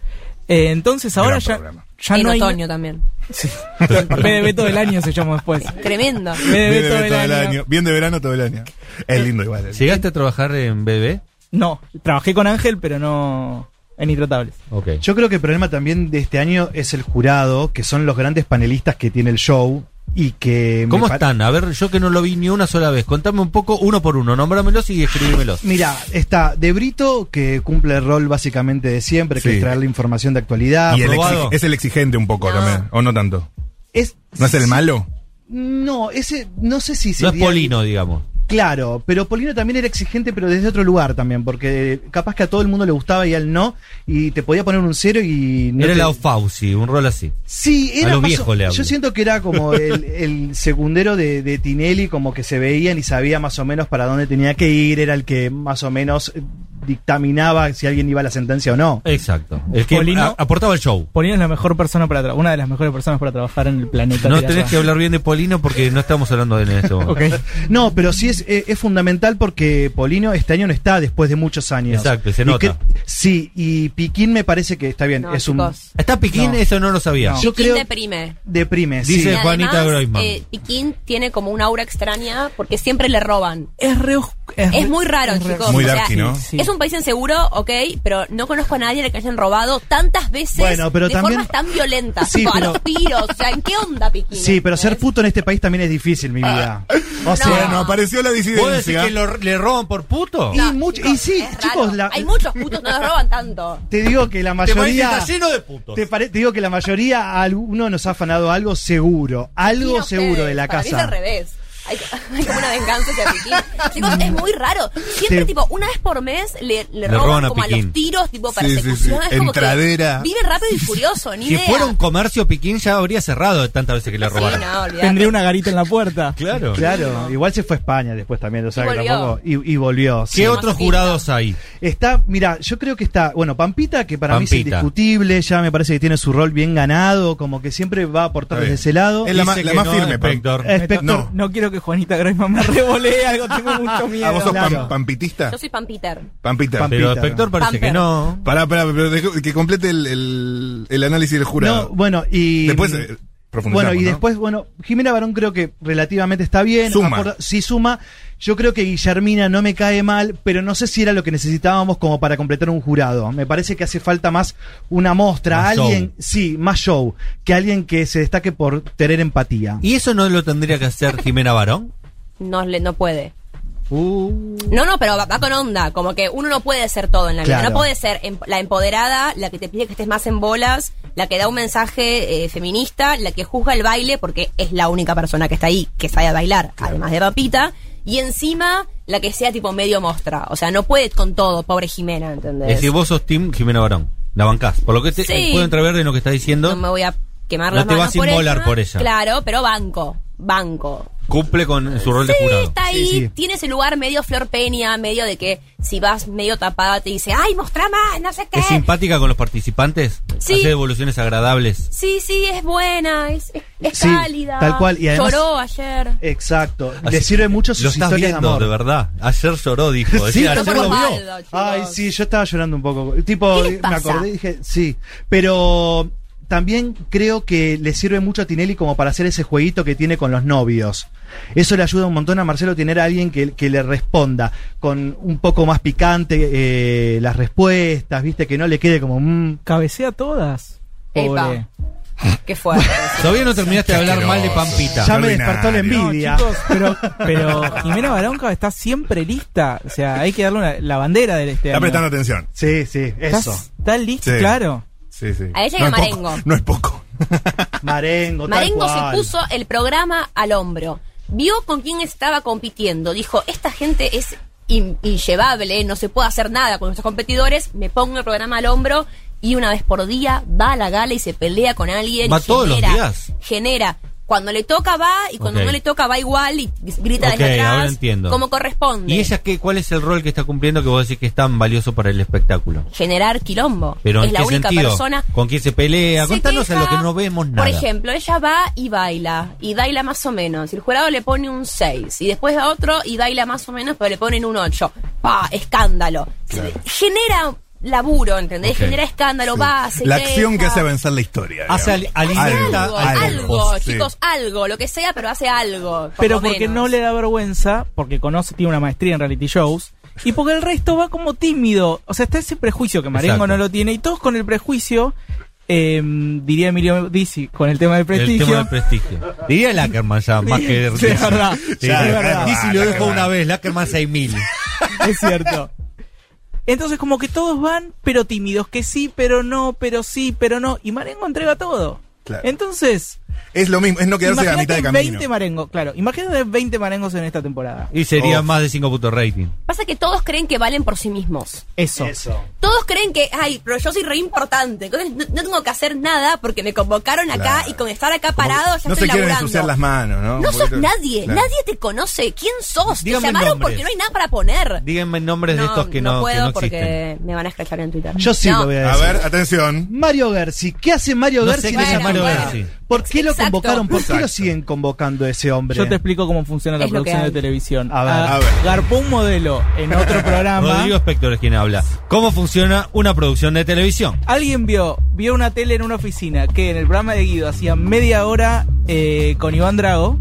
Speaker 5: Eh, entonces
Speaker 3: Gran
Speaker 5: ahora ya,
Speaker 3: programa.
Speaker 5: ya
Speaker 4: en
Speaker 5: no hay.
Speaker 4: otoño también.
Speaker 5: Sí. <laughs> BDB todo el año se llamó después.
Speaker 4: Tremendo.
Speaker 5: BDB,
Speaker 3: Bien de todo el año. Bien de verano todo el año. Es lindo igual. el-
Speaker 2: ¿Llegaste a trabajar en BB?
Speaker 5: No, trabajé con Ángel, pero no en Intratables.
Speaker 2: Ok.
Speaker 6: Yo creo que el problema también de este año es el jurado, que son los grandes panelistas que tiene el show y que... me
Speaker 2: ¿Cómo
Speaker 6: pa-
Speaker 2: están? A ver, yo que no lo vi ni una sola vez. Contame un poco, uno por uno. Nombrámelos y escribímelos.
Speaker 6: Mira, está De Brito, que cumple el rol básicamente de siempre, que
Speaker 3: Sí.
Speaker 6: es traer la información de actualidad.
Speaker 3: Y el
Speaker 2: aprobado.
Speaker 3: exige- es el exigente un poco
Speaker 4: No.
Speaker 3: también. O no tanto.
Speaker 6: Es-
Speaker 3: ¿No es el malo?
Speaker 6: No, ese, no sé si
Speaker 2: No es
Speaker 6: sería-
Speaker 2: Polino, digamos.
Speaker 6: Claro, pero Polino también era exigente, pero desde otro lugar también, porque capaz que a todo el mundo le gustaba y a él no, y te podía poner un cero y no
Speaker 2: Era
Speaker 6: te-
Speaker 2: el Fauci, un rol así.
Speaker 6: Sí, era
Speaker 2: A los
Speaker 6: más o-
Speaker 2: viejos le hablo.
Speaker 6: Yo siento que era como
Speaker 2: <laughs>
Speaker 6: el, el secundero de, de Tinelli, como que se veían y sabía más o menos para dónde tenía que ir, era el que más o menos eh, dictaminaba si alguien iba a la sentencia o no.
Speaker 2: Exacto. El que
Speaker 5: Polino.
Speaker 2: a- aportaba el show.
Speaker 5: Polino es la mejor persona para tra- una de las mejores personas para trabajar en el planeta.
Speaker 2: No
Speaker 5: Tierra.
Speaker 2: tenés que hablar bien de Polino porque no estamos hablando de él
Speaker 5: <laughs>
Speaker 2: en este momento.
Speaker 5: Ok.
Speaker 6: No, pero sí es, eh, es, es fundamental porque Polino este año no está después de muchos años.
Speaker 2: Exacto, y se
Speaker 6: Y
Speaker 2: nota.
Speaker 6: que- sí, y Piquín me parece que está bien.
Speaker 4: No,
Speaker 6: es un
Speaker 4: chicos.
Speaker 2: ¿Está Piquín?
Speaker 5: No.
Speaker 2: Eso no lo sabía.
Speaker 5: No.
Speaker 6: Yo
Speaker 4: Piquín
Speaker 6: creo-
Speaker 4: deprime.
Speaker 6: deprime. sí.
Speaker 2: Dice-
Speaker 4: Y
Speaker 2: Juanita
Speaker 4: además,
Speaker 2: Groisman.
Speaker 4: eh, Piquín tiene como un aura extraña porque siempre le roban.
Speaker 5: Es re os-
Speaker 4: Es
Speaker 5: re-
Speaker 4: muy raro,
Speaker 5: es re-
Speaker 4: chicos.
Speaker 3: Muy
Speaker 4: O sea,
Speaker 3: darky, ¿no?
Speaker 5: Sí.
Speaker 4: Es un país inseguro, ok, pero no conozco a nadie al que hayan robado tantas veces
Speaker 6: Bueno, pero
Speaker 4: de
Speaker 6: también-
Speaker 4: formas tan violentas,
Speaker 6: Sí,
Speaker 4: tipo,
Speaker 6: pero-
Speaker 4: a los tiros. O sea, ¿en qué onda, Piquín?
Speaker 6: Sí, pero ser
Speaker 4: ¿Entendés?
Speaker 6: puto en este país también es difícil, mi vida. O sea,
Speaker 3: Bueno, apareció la
Speaker 2: ¿Vos decís
Speaker 3: disidencia.
Speaker 2: que lo- le roban por puto?
Speaker 6: Y mucho- y sí,
Speaker 4: es
Speaker 6: chicos,
Speaker 4: raro.
Speaker 6: la-
Speaker 4: hay muchos putos, no nos roban tanto.
Speaker 6: te digo que la
Speaker 2: Te parece que
Speaker 6: mayoría...
Speaker 2: está lleno de putos.
Speaker 6: Te, pare- te digo que la mayoría, a alguno nos ha afanado algo seguro. Algo
Speaker 4: Piquín,
Speaker 6: seguro
Speaker 4: ustedes,
Speaker 6: de la
Speaker 4: para mí es al
Speaker 6: casa.
Speaker 4: revés. Hay, hay como una venganza hacia
Speaker 6: <laughs>
Speaker 4: Piquín. Chicos, es muy raro. Siempre,
Speaker 6: Te-
Speaker 4: tipo, una vez por mes le, le roban,
Speaker 2: roban a
Speaker 4: como a
Speaker 2: Piquín.
Speaker 4: los tiros, tipo,
Speaker 3: Sí, sí, sí.
Speaker 4: persecuciones. es como que
Speaker 3: Entradera.
Speaker 4: Vive rápido y furioso,
Speaker 2: <laughs>
Speaker 4: ni
Speaker 2: Si
Speaker 4: idea.
Speaker 2: fuera un comercio, Piquín ya habría cerrado de tantas veces que le
Speaker 4: Sí,
Speaker 2: robaron.
Speaker 4: no, olvidate.
Speaker 5: Tendría una garita en la puerta.
Speaker 2: Claro.
Speaker 6: Claro, igual se fue a España después también, o sea,
Speaker 4: Y
Speaker 6: que
Speaker 4: volvió.
Speaker 6: tampoco- Y, y volvió.
Speaker 2: ¿Qué
Speaker 6: sí.
Speaker 2: otros
Speaker 4: Masoquista.
Speaker 2: jurados hay?
Speaker 6: Está, mira, yo creo que está, bueno, Pampita, que para mí es
Speaker 2: Pampita.
Speaker 6: indiscutible, ya me parece que tiene su rol bien ganado, como que siempre va a aportar
Speaker 3: Está
Speaker 6: desde
Speaker 3: bien.
Speaker 6: ese lado.
Speaker 3: Es la más-
Speaker 2: Dice
Speaker 3: la
Speaker 2: que
Speaker 3: más
Speaker 2: no,
Speaker 3: firme, Pam.
Speaker 2: inspector.
Speaker 6: Eh, Spector-
Speaker 5: No.
Speaker 3: No.
Speaker 5: no quiero que Juanita Groisman me revolee algo, tengo mucho miedo.
Speaker 3: ¿A Ah, vos sos
Speaker 6: Claro.
Speaker 3: pam- pampitista?
Speaker 4: Yo soy Pan Peter.
Speaker 3: Pampita.
Speaker 6: Pam-
Speaker 2: Pero
Speaker 6: Pampita,
Speaker 2: inspector
Speaker 6: ¿no?
Speaker 2: parece
Speaker 4: Pamper.
Speaker 2: que no.
Speaker 3: Pará, pará, pero dejó- que complete el, el- el análisis del jurado.
Speaker 6: No, bueno, y.
Speaker 3: Después eh, profundizamos.
Speaker 6: Bueno, y
Speaker 3: ¿no?
Speaker 6: después, bueno, Jimena Barón creo que relativamente está bien.
Speaker 3: Suma.
Speaker 6: sí, suma. Yo creo que Guillermina no me cae mal, pero no sé si era lo que necesitábamos como para completar un jurado. Me parece que hace falta más una muestra,
Speaker 2: Más
Speaker 6: alguien,
Speaker 2: show.
Speaker 6: sí, más show, que alguien que se destaque por tener empatía.
Speaker 2: ¿Y eso no lo tendría que hacer Jimena Barón?
Speaker 4: No, le- no puede.
Speaker 6: Uh,
Speaker 4: No, no, pero va, va con onda. Como que uno no puede ser todo en la vida.
Speaker 6: Claro.
Speaker 4: No puede ser em- la empoderada, la que te pide que estés más en bolas, la que da un mensaje eh, feminista, la que juzga el baile, porque es la única persona que está ahí que sabe bailar, además de Papita. Y encima, la que sea tipo medio mostra. O sea, no puede con todo, pobre Jimena,
Speaker 2: Es
Speaker 4: ¿entendés?
Speaker 2: decir, vos sos Team Jimena Barón. La bancás. Por lo que te, eh,
Speaker 4: Sí.
Speaker 2: puedo entrever de lo que está diciendo,
Speaker 4: no me voy a quemar
Speaker 2: No
Speaker 4: las
Speaker 2: te
Speaker 4: manos
Speaker 2: vas a inmolar por ella.
Speaker 4: Claro, pero banco, banco.
Speaker 2: cumple con su rol de
Speaker 4: Sí,
Speaker 2: jurado.
Speaker 4: está ahí,
Speaker 6: Sí, sí.
Speaker 4: tiene ese lugar medio Flor Peña, medio de que si vas medio tapada te dice, ay, mostrá más, no sé qué.
Speaker 2: ¿Es simpática con los participantes?
Speaker 4: Sí.
Speaker 2: ¿Hace devoluciones agradables?
Speaker 4: sí, sí, es buena, es, es- es
Speaker 6: Sí,
Speaker 4: cálida.
Speaker 6: tal cual, y además-
Speaker 4: Lloró
Speaker 2: <laughs>
Speaker 4: ayer.
Speaker 6: Exacto.
Speaker 2: Así-
Speaker 6: Le sirve mucho sus
Speaker 2: Lo estás
Speaker 6: historias
Speaker 2: viendo,
Speaker 6: de amor.
Speaker 2: de verdad. Ayer lloró, dijo.
Speaker 6: <laughs> Sí,
Speaker 2: Decía,
Speaker 4: No
Speaker 2: ayer
Speaker 4: por
Speaker 2: lo vio.
Speaker 4: Osvaldo, chicos.
Speaker 6: Ay, sí, yo estaba llorando un poco. Tipo,
Speaker 4: ¿Qué les
Speaker 6: me
Speaker 4: pasa?
Speaker 6: acordé y dije, sí. Pero también creo que le sirve mucho a Tinelli como para hacer ese jueguito que tiene con los novios. Eso le ayuda un montón a Marcelo tener a alguien que, que le responda con un poco más picante eh, las respuestas, viste, que no le quede como... mm.
Speaker 5: Cabecea todas.
Speaker 4: Epa.
Speaker 5: Pobre.
Speaker 2: <laughs>
Speaker 4: Qué fuerte.
Speaker 2: Todavía no terminaste de hablar mal de Pampita.
Speaker 6: Ya me
Speaker 3: ordinario.
Speaker 6: despertó la
Speaker 5: No,
Speaker 6: envidia.
Speaker 5: chicos, pero, pero Jimena Baronca está siempre lista. O sea, hay que darle una- la bandera del este
Speaker 3: Está
Speaker 5: año.
Speaker 3: prestando atención.
Speaker 6: sí, sí,
Speaker 5: Está-
Speaker 6: eso.
Speaker 5: Está lista,
Speaker 3: Sí.
Speaker 5: claro.
Speaker 3: Sí, sí.
Speaker 4: A ella y a
Speaker 3: es poco,
Speaker 4: Marengo.
Speaker 3: no es poco.
Speaker 6: Marengo, tal
Speaker 4: Marengo
Speaker 6: cual.
Speaker 4: se puso el programa al hombro. Vio con quién estaba compitiendo. Dijo, esta gente es in- inllevable, no se puede hacer nada con nuestros competidores. Me pongo el programa al hombro y una vez por día va a la gala y se pelea con alguien.
Speaker 2: ¿Va
Speaker 4: y
Speaker 2: todos los días?
Speaker 4: Genera. Cuando le toca va y cuando
Speaker 2: Ok.
Speaker 4: no le toca va igual y grita
Speaker 2: Ok,
Speaker 4: desde atrás.
Speaker 2: ahora entiendo.
Speaker 4: Como corresponde.
Speaker 2: ¿Y ella qué, cuál es el rol que está cumpliendo que vos decís que es tan valioso para el espectáculo?
Speaker 4: Generar quilombo.
Speaker 2: Pero
Speaker 4: es
Speaker 2: ¿en
Speaker 4: la
Speaker 2: qué
Speaker 4: única
Speaker 2: sentido?
Speaker 4: persona
Speaker 2: ¿Con quién se pelea?
Speaker 4: se
Speaker 2: Contanos a lo
Speaker 4: queja,
Speaker 2: que no vemos nada.
Speaker 4: Por ejemplo, ella va y baila, y baila más o menos. Y el jurado le pone un 6, y después va otro y baila más o menos, pero le ponen un 8. ¡Pah! Escándalo. Genera laburo, ¿entendés?
Speaker 2: Ok.
Speaker 4: Genera
Speaker 3: <laughs>
Speaker 4: escándalo, va, se
Speaker 3: La acción que
Speaker 4: hace
Speaker 3: hace avanzar la historia.
Speaker 2: Hace
Speaker 3: digamos.
Speaker 2: al- alimenta
Speaker 4: Algo,
Speaker 2: al-
Speaker 4: algo,
Speaker 3: algo, sí.
Speaker 4: chicos, algo, lo que sea, pero hace algo. por
Speaker 5: Pero
Speaker 4: lo
Speaker 5: porque
Speaker 4: menos.
Speaker 5: no le da vergüenza, porque conoce, tiene una maestría en reality shows, y porque el resto va como tímido. O sea, está ese prejuicio que Marengo
Speaker 2: Exacto.
Speaker 5: no lo tiene, y todos con el prejuicio, eh, diría Emilio Dizzi, con el tema del
Speaker 2: El
Speaker 5: prestigio.
Speaker 2: tema del prestigio. Diría Lackerman ya, más que...
Speaker 5: Sí, es verdad.
Speaker 2: Sí,
Speaker 3: Ya,
Speaker 2: es verdad.
Speaker 3: es verdad.
Speaker 2: Dizzy lo dejó una vez, Lackerman 6000.
Speaker 5: <laughs> es cierto. Entonces, como que todos van, pero tímidos, que sí, pero no, pero sí, pero no, y Marengo entrega todo.
Speaker 3: Claro.
Speaker 5: Entonces,
Speaker 3: Es lo mismo, es no quedarse a mitad
Speaker 5: imagínate
Speaker 3: de
Speaker 5: 20
Speaker 3: camino.
Speaker 5: marengos, claro, imagínate 20 marengos en esta temporada.
Speaker 2: Y sería
Speaker 3: Oh.
Speaker 2: más de 5 puntos rating.
Speaker 4: Pasa que todos creen que valen por sí mismos.
Speaker 5: Eso.
Speaker 6: Eso.
Speaker 4: Todos creen que, ay, pero yo soy re importante, entonces no, no tengo que hacer nada porque me convocaron acá
Speaker 3: Claro.
Speaker 4: y con estar acá
Speaker 3: Como que
Speaker 4: parado ya
Speaker 3: no se
Speaker 4: estoy
Speaker 3: quieren
Speaker 4: laburando.
Speaker 3: ensuciar las manos, ¿no?
Speaker 4: No
Speaker 3: Un
Speaker 4: sos
Speaker 3: poquito-
Speaker 4: nadie,
Speaker 3: Claro.
Speaker 4: nadie te conoce. ¿Quién sos?
Speaker 2: Díganme
Speaker 4: te llamaron
Speaker 2: nombres.
Speaker 4: porque no hay nada para poner.
Speaker 2: Díganme nombres de estos que no, que
Speaker 4: puedo
Speaker 2: no existen.
Speaker 4: porque me van a escrachar en Twitter.
Speaker 6: Yo sí
Speaker 4: No.
Speaker 6: lo voy a
Speaker 3: A
Speaker 6: decir.
Speaker 3: ver, atención.
Speaker 6: Mario Gersi, ¿qué hace Mario
Speaker 2: No sé
Speaker 6: Gersi
Speaker 2: qué
Speaker 6: en
Speaker 2: hace
Speaker 6: esa
Speaker 2: Mario
Speaker 6: temporada?
Speaker 2: Gersi.
Speaker 6: ¿Por qué lo
Speaker 4: Exacto.
Speaker 6: convocaron? ¿Por qué lo
Speaker 3: Exacto.
Speaker 6: siguen convocando a ese hombre?
Speaker 5: Yo te explico cómo funciona la
Speaker 4: Es lo que
Speaker 5: producción de
Speaker 4: hay.
Speaker 5: televisión.
Speaker 6: A ver,
Speaker 5: Ah,
Speaker 3: a ver.
Speaker 5: Garpó un modelo en otro programa.
Speaker 2: Rodrigo Espector es quien habla. ¿Cómo funciona una producción de televisión?
Speaker 5: Alguien vio, vio una tele en una oficina que en el programa de Guido hacía media hora eh, con Iván Drago.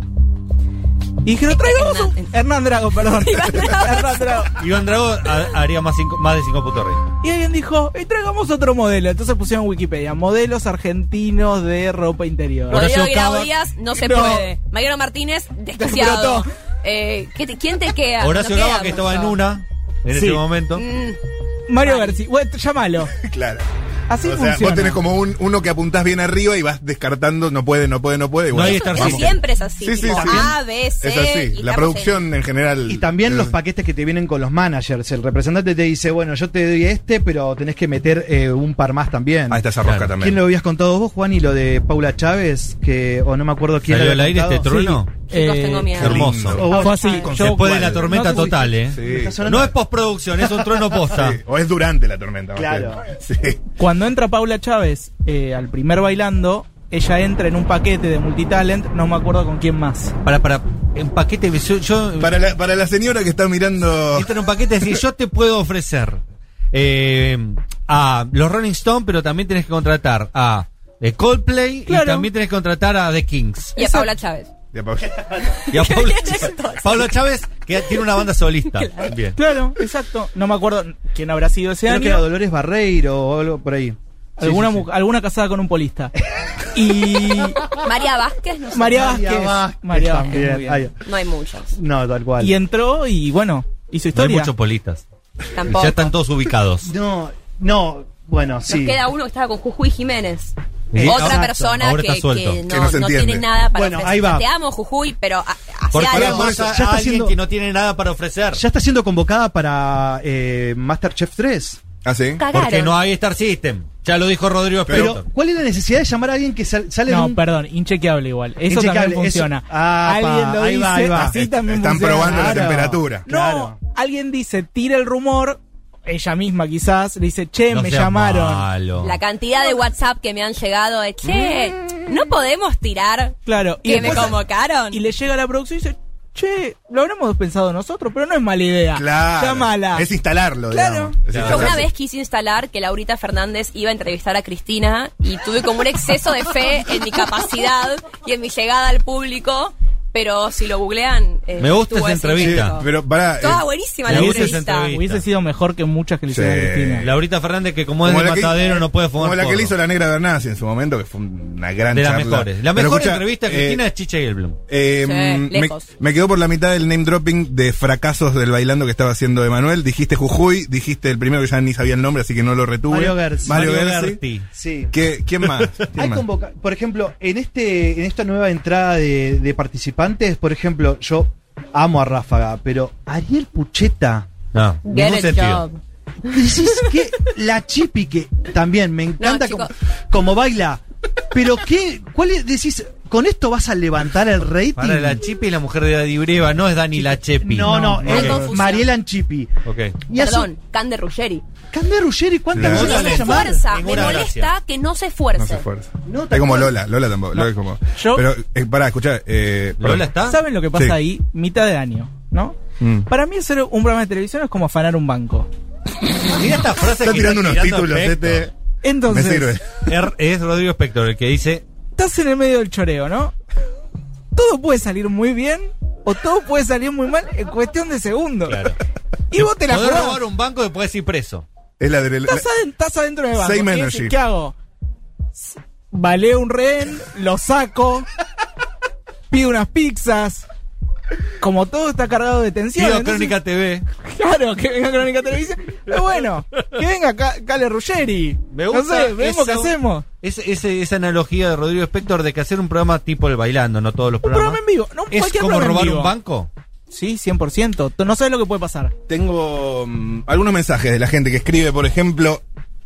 Speaker 5: Y dijeron, traigamos un... Hernán Drago,
Speaker 4: <laughs>
Speaker 5: perdón. Hernán Drago.
Speaker 2: Iván Drago ha- haría más, cinco- más de 5 puntos rating.
Speaker 5: Y alguien dijo, y traigamos otro modelo. Entonces pusieron Wikipedia, modelos argentinos de ropa interior.
Speaker 2: Ahora
Speaker 4: Rodrigo
Speaker 2: yo
Speaker 4: Guirao
Speaker 2: cada-
Speaker 4: Díaz no se
Speaker 5: No.
Speaker 4: puede.
Speaker 2: <laughs>
Speaker 4: Mariano Martínez, desquiciado.
Speaker 5: Explotó.
Speaker 4: Eh, ¿qué te- ¿Quién te queda?
Speaker 2: Horacio
Speaker 4: No queda
Speaker 2: Gaba, que estaba en
Speaker 4: mucho.
Speaker 2: una en
Speaker 5: Sí.
Speaker 2: ese momento.
Speaker 4: Mm,
Speaker 5: Mario García, bueno, llámalo.
Speaker 3: Claro.
Speaker 5: Así
Speaker 3: o sea,
Speaker 5: funciona.
Speaker 3: vos tenés como un, uno que apuntás bien arriba y vas descartando, no puede, no puede, no puede. y
Speaker 2: No
Speaker 3: bueno,
Speaker 2: hay
Speaker 4: eso
Speaker 2: estar- vamos.
Speaker 4: siempre es así.
Speaker 3: Sí, sí,
Speaker 4: tipo,
Speaker 3: sí.
Speaker 4: A, B, C.
Speaker 3: Es
Speaker 4: y
Speaker 3: así.
Speaker 4: estamos
Speaker 3: La producción en, general.
Speaker 6: Y también
Speaker 2: Eh.
Speaker 3: es-
Speaker 6: los paquetes que te vienen con los managers. El representante te dice, bueno, yo te doy este, pero tenés que meter eh, un par más también.
Speaker 3: Ahí está esa rosca
Speaker 2: Claro.
Speaker 3: también.
Speaker 6: ¿Quién lo habías contado vos, Juan? Y lo de Paula Chávez, que, o no me acuerdo quién
Speaker 2: ¿Salió
Speaker 6: lo
Speaker 2: al
Speaker 6: había
Speaker 2: aire este
Speaker 6: contado.
Speaker 2: trueno?
Speaker 4: en- Chicos, tengo miedo.
Speaker 3: Hermoso.
Speaker 6: O
Speaker 2: Hermoso.
Speaker 6: vos,
Speaker 5: Fue así.
Speaker 6: sí,
Speaker 5: Eh, Yo-
Speaker 2: Después de la
Speaker 3: No
Speaker 2: tormenta
Speaker 5: sé si-
Speaker 2: total, ¿eh?
Speaker 3: Sí.
Speaker 6: Está sonando-
Speaker 2: No es postproducción, es un trueno posta.
Speaker 3: Sí, O es durante la tormenta. más
Speaker 6: Claro.
Speaker 3: bien. Sí.
Speaker 5: Cuando entra Paula Chávez eh, al primer bailando, ella entra en un paquete de multitalent, no me acuerdo con quién más.
Speaker 2: Para, para, en paquete, yo, yo
Speaker 3: Para la, para la señora que está mirando.
Speaker 2: entra en un paquete y decir, yo te puedo ofrecer eh, a los Rolling Stones, pero también tenés que contratar a eh, Coldplay
Speaker 5: Claro.
Speaker 2: y también tenés que contratar a The Kings.
Speaker 4: Y a Paula Chávez.
Speaker 3: Ya, pa-
Speaker 2: Y a Paula,
Speaker 4: Entonces.
Speaker 2: Paula Chávez, que tiene una banda solista. Bien.
Speaker 5: Claro, exacto. No me acuerdo quién habrá sido ese
Speaker 6: Creo que era
Speaker 5: año.
Speaker 6: Dolores Barreiro o algo por ahí. Sí,
Speaker 5: Alguna,
Speaker 6: sí, sí.
Speaker 5: mu- alguna casada con un polista.
Speaker 6: <laughs>
Speaker 5: Y
Speaker 4: María Vázquez, no sé.
Speaker 5: María
Speaker 6: María
Speaker 5: Vázquez.
Speaker 6: Vázquez
Speaker 5: María Vázquez,
Speaker 6: también.
Speaker 5: muy bien.
Speaker 6: Ay,
Speaker 4: No hay muchas.
Speaker 6: no, tal cual.
Speaker 5: Y entró y bueno,
Speaker 2: No
Speaker 5: hizo
Speaker 2: hay
Speaker 5: historia.
Speaker 2: muchos politas.
Speaker 4: Tampoco.
Speaker 2: Ya están todos ubicados.
Speaker 6: No, no, bueno,
Speaker 4: Nos
Speaker 6: sí.
Speaker 4: queda uno que estaba con Jujuy Jiménez.
Speaker 2: Sí,
Speaker 4: Otra
Speaker 2: ahora-
Speaker 4: persona
Speaker 2: ahora
Speaker 4: que,
Speaker 2: está suelto.
Speaker 4: que no,
Speaker 3: Que no se
Speaker 4: no
Speaker 3: entiende.
Speaker 4: tiene nada para
Speaker 6: Bueno,
Speaker 4: ofrecer.
Speaker 6: ahí va.
Speaker 4: Te amo, Jujuy, pero ha- hace
Speaker 2: Porque
Speaker 4: algo.
Speaker 2: ahora más
Speaker 3: Ya
Speaker 2: a,
Speaker 6: está
Speaker 2: a alguien
Speaker 6: siendo-
Speaker 2: que no tiene nada para ofrecer.
Speaker 6: Ya está siendo convocada para eh, Masterchef 3.
Speaker 3: Ah, sí.
Speaker 4: Cagaron.
Speaker 2: Porque no hay Star System. Ya lo dijo Rodrigo
Speaker 6: Pero,
Speaker 2: Espector.
Speaker 6: ¿cuál es la necesidad de llamar a alguien que sal- sale de
Speaker 5: No,
Speaker 6: un...
Speaker 5: perdón, inchequeable igual. Eso
Speaker 6: Inchequeable,
Speaker 5: también funciona.
Speaker 6: eso- Ah,
Speaker 5: alguien
Speaker 6: pa,
Speaker 5: lo
Speaker 6: ahí
Speaker 5: dice,
Speaker 6: va, ahí va.
Speaker 5: así
Speaker 3: Est-
Speaker 5: también
Speaker 3: Están
Speaker 5: funciona.
Speaker 3: probando la
Speaker 6: Claro.
Speaker 3: temperatura.
Speaker 5: No,
Speaker 6: Claro.
Speaker 5: alguien dice, tira el rumor, ella misma quizás, le dice,
Speaker 3: eh,
Speaker 5: che,
Speaker 2: No
Speaker 5: me
Speaker 2: seas
Speaker 5: llamaron.
Speaker 2: malo.
Speaker 4: La cantidad de WhatsApp que me han llegado de che,
Speaker 2: Mm.
Speaker 4: no podemos tirar
Speaker 5: Claro.
Speaker 4: que me
Speaker 5: después-
Speaker 4: convocaron.
Speaker 5: y le llega la producción y dice, che, lo habremos pensado nosotros, pero no es mala idea.
Speaker 3: Claro.
Speaker 5: Llámala.
Speaker 3: Es instalarlo.
Speaker 5: Claro.
Speaker 3: digamos. Es
Speaker 4: Yo
Speaker 3: instalarlo.
Speaker 4: una vez quise instalar que Laurita Fernández iba a entrevistar a Cristina y tuve como un exceso de fe en mi capacidad y en mi llegada al público, pero si lo googlean, eh,
Speaker 2: Me gusta
Speaker 4: estuvo
Speaker 2: esa
Speaker 4: ese
Speaker 2: entrevista.
Speaker 4: chico.
Speaker 3: Pero pará. eh,
Speaker 4: Estaba buenísima
Speaker 2: me
Speaker 4: la
Speaker 2: gusta esa
Speaker 4: entrevista.
Speaker 2: entrevista.
Speaker 5: Hubiese sido mejor que muchas que le hicieron a
Speaker 3: Sí.
Speaker 5: Cristina.
Speaker 2: Laurita Fernández, que como es de
Speaker 3: la que- eh,
Speaker 2: matadero, no puede fumar
Speaker 3: Como la que
Speaker 2: porro.
Speaker 3: le hizo la negra Bernasi en su momento, que fue una gran
Speaker 2: De las
Speaker 3: charla.
Speaker 2: mejores. La
Speaker 3: Pero
Speaker 2: mejor
Speaker 3: escucha,
Speaker 2: entrevista
Speaker 3: eh,
Speaker 2: que Cristina es Chicha Gelblum.
Speaker 3: Eh,
Speaker 4: Sí,
Speaker 3: mm, me,
Speaker 4: lejos.
Speaker 3: me quedó por la mitad el name dropping de fracasos del bailando que estaba haciendo Emanuel. Dijiste Jujuy, dijiste el primero que ya ni sabía el nombre, así que no lo retuve.
Speaker 6: Mario Gersi.
Speaker 3: Mario
Speaker 2: Mario
Speaker 3: Gersi.
Speaker 2: Gerti.
Speaker 6: Sí.
Speaker 3: ¿Qué- ¿Quién más? ¿Quién
Speaker 6: Hay
Speaker 3: más?
Speaker 6: convoca- por ejemplo, en este, en esta nueva entrada de, de participantes, por ejemplo, yo amo a Ráfaga, pero Ariel Pucheta,
Speaker 2: No,
Speaker 4: Get
Speaker 2: ningún
Speaker 4: a
Speaker 2: sentido.
Speaker 4: job.
Speaker 6: decís que la chipi que también me encanta
Speaker 4: No,
Speaker 6: como,
Speaker 4: chicos.
Speaker 6: como baila, pero qué, ¿cuál es- decís? Con esto vas a levantar el rating.
Speaker 2: Para la Chipi y la mujer de Daddy Breva, no es Dani la Chepi.
Speaker 6: no, no,
Speaker 4: No,
Speaker 6: es
Speaker 4: no. confusión.
Speaker 6: Mariela Anchipi.
Speaker 2: Ok.
Speaker 6: Y a su-
Speaker 4: Perdón, Cande Ruggeri.
Speaker 6: Cande Ruggeri,
Speaker 3: La-
Speaker 6: ¿cuántas veces
Speaker 4: No
Speaker 6: la
Speaker 4: se
Speaker 6: vas a llamar?
Speaker 4: esfuerza, me
Speaker 2: Ninguna
Speaker 4: molesta
Speaker 2: gracia.
Speaker 4: que no se
Speaker 3: No
Speaker 4: esfuerce.
Speaker 3: se fuerza.
Speaker 6: No,
Speaker 3: es
Speaker 6: tal
Speaker 3: como
Speaker 6: cual.
Speaker 3: Lola, Lola tampoco. Lola es como.
Speaker 5: Yo-
Speaker 3: Pero, eh, pará, escuchá. Eh, perdón.
Speaker 2: ¿Lola está?
Speaker 5: ¿Saben lo que pasa
Speaker 3: Sí.
Speaker 5: ahí? Mitad de año, ¿no?
Speaker 3: Mm.
Speaker 5: Para mí hacer un programa de televisión es como afanar un banco.
Speaker 2: Mira esta frase
Speaker 3: Está
Speaker 2: que
Speaker 3: tirando unos títulos,
Speaker 2: Spector.
Speaker 3: este. Me
Speaker 5: Entonces,
Speaker 3: sirve.
Speaker 2: Er- Es Rodrigo Spector el que dice,
Speaker 5: estás en el medio del choreo, ¿no? Todo puede salir muy bien o todo puede salir muy mal en cuestión de segundos.
Speaker 2: Claro.
Speaker 5: Y vos te la
Speaker 2: podés
Speaker 5: jugás.
Speaker 2: robar un banco y podés ir preso.
Speaker 3: Es la de. la-
Speaker 5: Estás, aden- estás adentro del banco.
Speaker 3: Same
Speaker 5: ¿Qué,
Speaker 3: energy.
Speaker 5: ¿Qué hago? S- Baleo un rehén, lo saco, pido unas pizzas. Como todo está cargado de tensión.
Speaker 2: Sigo a
Speaker 5: entonces-
Speaker 2: Crónica TV.
Speaker 5: <laughs> Claro, que venga Crónica Televisión. Pero bueno, que venga Ca- Cale Ruggeri.
Speaker 2: Me gusta
Speaker 5: no sé, vemos
Speaker 2: eso.
Speaker 5: qué hacemos.
Speaker 2: Ese- ese- esa analogía de Rodrigo Spector de que hacer un programa tipo el bailando, no todos los
Speaker 5: Un
Speaker 2: programas.
Speaker 5: programa en vivo. No,
Speaker 2: ¿Es
Speaker 5: cualquier
Speaker 2: como
Speaker 5: programa en
Speaker 2: robar
Speaker 5: vivo.
Speaker 2: un banco?
Speaker 5: Sí, 100%. Tú No sabes lo que puede pasar.
Speaker 3: Tengo mm, algunos mensajes de la gente que escribe, por ejemplo,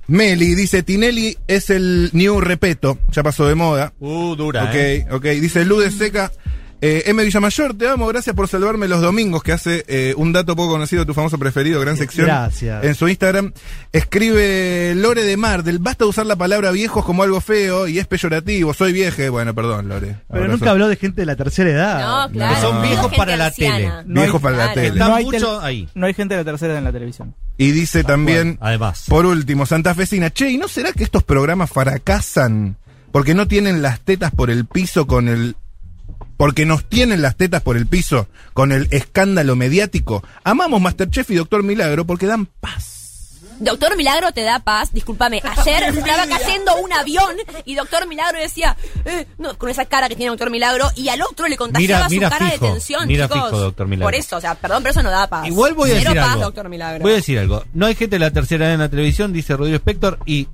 Speaker 3: Meli dice, Tinelli es el new repeto, ya pasó de moda.
Speaker 2: Uh, dura.
Speaker 3: Ok,
Speaker 2: ¿eh?
Speaker 3: ok, dice Lude Seca. Eh, M. Villamayor, te amo, gracias por salvarme los domingos, que hace eh, un dato poco conocido, tu famoso preferido, gran sección.
Speaker 6: Eh, Gracias.
Speaker 3: En su Instagram. Escribe Lore de Mar, del basta usar la palabra viejos como algo feo y es peyorativo, soy vieje. Bueno, perdón, Lore.
Speaker 6: Pero
Speaker 3: Abrazo.
Speaker 6: nunca habló de gente de la tercera edad.
Speaker 4: No, claro.
Speaker 3: Que son
Speaker 4: no,
Speaker 2: Ah, viejos
Speaker 4: gente
Speaker 2: para la
Speaker 4: anciana.
Speaker 2: tele.
Speaker 5: No
Speaker 3: Viejos
Speaker 5: hay-
Speaker 3: para la
Speaker 4: claro.
Speaker 3: tele.
Speaker 2: Está
Speaker 5: hay
Speaker 2: mucho
Speaker 5: tele-
Speaker 2: ahí.
Speaker 5: No hay gente de la tercera edad en la televisión.
Speaker 3: Y dice también,
Speaker 2: Además.
Speaker 3: por último, Santa Fecina, che, ¿y no será que estos programas fracasan porque no tienen las tetas por el piso con el... Porque nos tienen las tetas por el piso con el escándalo mediático. Amamos Masterchef y Doctor Milagro porque dan paz.
Speaker 4: Doctor Milagro te da paz, discúlpame.
Speaker 2: <laughs>
Speaker 4: Ayer estaba cayendo un avión y Doctor Milagro decía, eh, no, con esa cara que tiene Doctor Milagro, y al otro le contagiaba
Speaker 2: Mira- mira
Speaker 4: su cara
Speaker 2: fijo,
Speaker 4: de tensión.
Speaker 2: mira
Speaker 4: chicos.
Speaker 2: fijo, Dr. Milagro.
Speaker 4: Por eso, o sea, perdón, pero eso no da paz.
Speaker 2: Igual voy a
Speaker 4: Cero
Speaker 2: decir
Speaker 4: paz,
Speaker 2: algo.
Speaker 4: Doctor Milagro.
Speaker 2: Voy a decir algo. No hay gente de la tercera edad en la televisión, dice Rodrigo Spector, y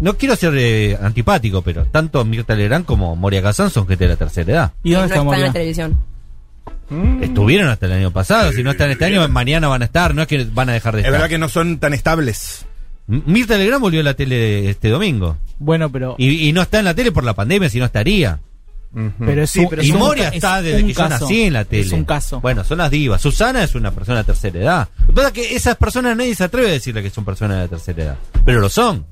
Speaker 2: no quiero ser eh, antipático, pero tanto Mirta Legrand como Moria Kazan son gente de la tercera edad.
Speaker 5: ¿Y
Speaker 4: no
Speaker 5: dónde
Speaker 4: está
Speaker 5: está
Speaker 4: en la
Speaker 5: Moria?
Speaker 4: televisión.
Speaker 2: Estuvieron hasta el año pasado, si no están este año, mañana van a estar, no es que van a dejar de
Speaker 3: Es
Speaker 2: estar.
Speaker 3: verdad que no son tan estables.
Speaker 2: M- Mirta Legrand volvió a la tele este domingo.
Speaker 5: Bueno, pero,
Speaker 2: Y, y no está en la tele por la pandemia, si no estaría.
Speaker 5: pero es
Speaker 6: Sí,
Speaker 5: un-
Speaker 6: pero
Speaker 5: es
Speaker 2: y
Speaker 5: un-
Speaker 2: Moria
Speaker 5: es
Speaker 2: está desde
Speaker 5: un
Speaker 2: que yo
Speaker 5: caso.
Speaker 2: nací en la tele.
Speaker 5: Es un caso.
Speaker 2: Bueno, son las divas. Susana es una persona de tercera edad. Lo que pasa es que esas personas nadie se atreve a decirle que son personas de la tercera edad. Pero lo son.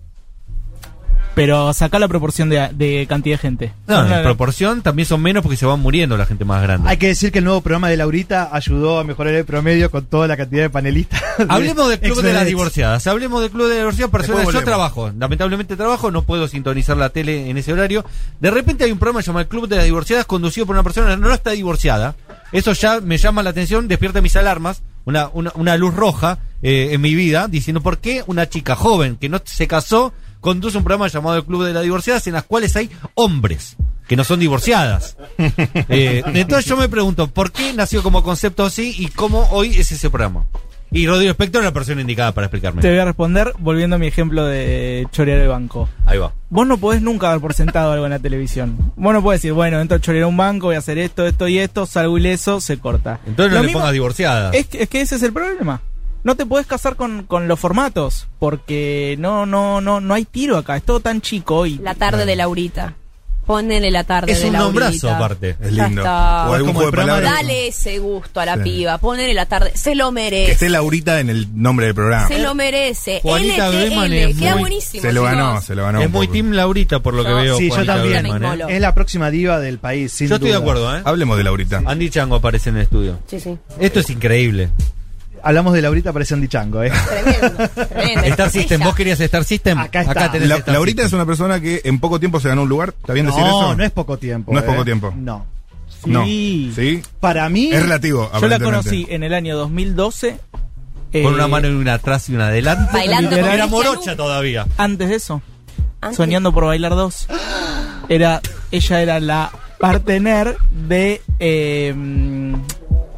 Speaker 5: Pero saca la proporción de, de cantidad de gente.
Speaker 2: No,
Speaker 5: Son
Speaker 2: en
Speaker 5: la-
Speaker 2: proporción también son menos porque se van muriendo la gente más grande.
Speaker 6: Hay que decir que el nuevo programa de Laurita ayudó a mejorar el promedio con toda la cantidad de panelistas. <laughs>
Speaker 3: <laughs>
Speaker 2: Hablemos del Club de las
Speaker 6: Ex-vedettes.
Speaker 2: Divorciadas. Hablemos del Club de las Divorciadas. Personas,
Speaker 3: Después
Speaker 2: yo
Speaker 3: volvemos.
Speaker 2: trabajo, lamentablemente trabajo, no puedo sintonizar la tele en ese horario. De repente hay un programa llamado el Club de las Divorciadas conducido por una persona que no está divorciada. Eso ya me llama la atención, despierta mis alarmas, una, una, una luz roja eh, en mi vida, diciendo por qué una chica joven que no se casó conduce un programa llamado el Club de las Divorciadas en las cuales hay hombres que no son divorciadas. Eh, entonces yo me pregunto, ¿por qué nació como concepto así y cómo hoy es ese programa? Y Rodrigo Espectro es la persona indicada para explicarme.
Speaker 5: Te voy a responder volviendo a mi ejemplo de chorear el banco.
Speaker 2: Ahí va.
Speaker 5: Vos no podés nunca dar por sentado algo en la televisión. Vos no podés decir, bueno, entro a chorear un banco, voy a hacer esto, esto y esto, salgo ileso, se corta.
Speaker 2: Entonces no
Speaker 5: Lo
Speaker 2: le
Speaker 5: mismo-
Speaker 2: pongas divorciada.
Speaker 5: Es que, es que ese es el problema. No te podés casar con, con los formatos, porque no, no, no, no hay tiro acá, es todo tan chico y
Speaker 4: La tarde de Laurita. Ponele la tarde
Speaker 2: Es
Speaker 4: de
Speaker 2: un
Speaker 4: Laurita.
Speaker 2: nombrazo aparte.
Speaker 3: Es lindo.
Speaker 4: Ya está.
Speaker 3: O algún
Speaker 6: Como
Speaker 3: juego
Speaker 6: el
Speaker 3: de
Speaker 6: programa
Speaker 3: palabras.
Speaker 4: Dale ese gusto a la
Speaker 3: Sí.
Speaker 4: piba. Ponele la tarde. Se lo
Speaker 3: Que
Speaker 4: merece.
Speaker 3: esté Laurita en el nombre del programa.
Speaker 4: Se lo merece.
Speaker 2: Juanita Beeman
Speaker 4: LTL.
Speaker 2: es
Speaker 4: Queda
Speaker 2: muy-
Speaker 4: buenísimo.
Speaker 3: Se lo ganó,
Speaker 4: chicos.
Speaker 3: se lo ganó.
Speaker 2: es
Speaker 3: un
Speaker 2: muy
Speaker 3: poco.
Speaker 2: Team Laurita por lo que
Speaker 4: Yo-
Speaker 2: veo.
Speaker 6: Sí, yo
Speaker 2: Juanita
Speaker 6: también.
Speaker 2: Bergman, ¿eh?
Speaker 4: Ignoró.
Speaker 6: Es la próxima diva del país. sin
Speaker 2: Yo estoy de
Speaker 6: duda.
Speaker 2: acuerdo, ¿eh?
Speaker 3: Hablemos de Laurita.
Speaker 2: Andy Chango aparece en el estudio.
Speaker 4: Sí, sí.
Speaker 2: Esto es increíble.
Speaker 6: Hablamos de Laurita, parece Andy Chango, ¿eh?
Speaker 4: Tremendo. tremendo.
Speaker 2: Star System,
Speaker 4: Ella.
Speaker 2: ¿vos querías Star System?
Speaker 6: Acá está.
Speaker 2: tenés
Speaker 3: La-
Speaker 2: Star
Speaker 3: Laurita es
Speaker 2: System.
Speaker 3: una persona que en poco tiempo se ganó un lugar. ¿Está bien decir eso?
Speaker 6: No, no es poco tiempo.
Speaker 3: No es
Speaker 6: ¿eh?
Speaker 3: poco tiempo.
Speaker 6: No.
Speaker 3: No.
Speaker 5: Sí.
Speaker 3: ¿Sí?
Speaker 6: Para mí,
Speaker 3: Es relativo.
Speaker 5: Yo la
Speaker 3: aparentemente.
Speaker 5: conocí en el año 2012. eh,
Speaker 2: Con una mano en una atrás y una adelante.
Speaker 4: Bailando
Speaker 2: Literal.
Speaker 4: con
Speaker 2: Era
Speaker 4: Cristian
Speaker 2: morocha
Speaker 4: Hugo.
Speaker 2: todavía.
Speaker 5: eh, Antes de eso,
Speaker 4: Antes-
Speaker 5: soñando por bailar dos. Era, ella era la partener de. eh, mm,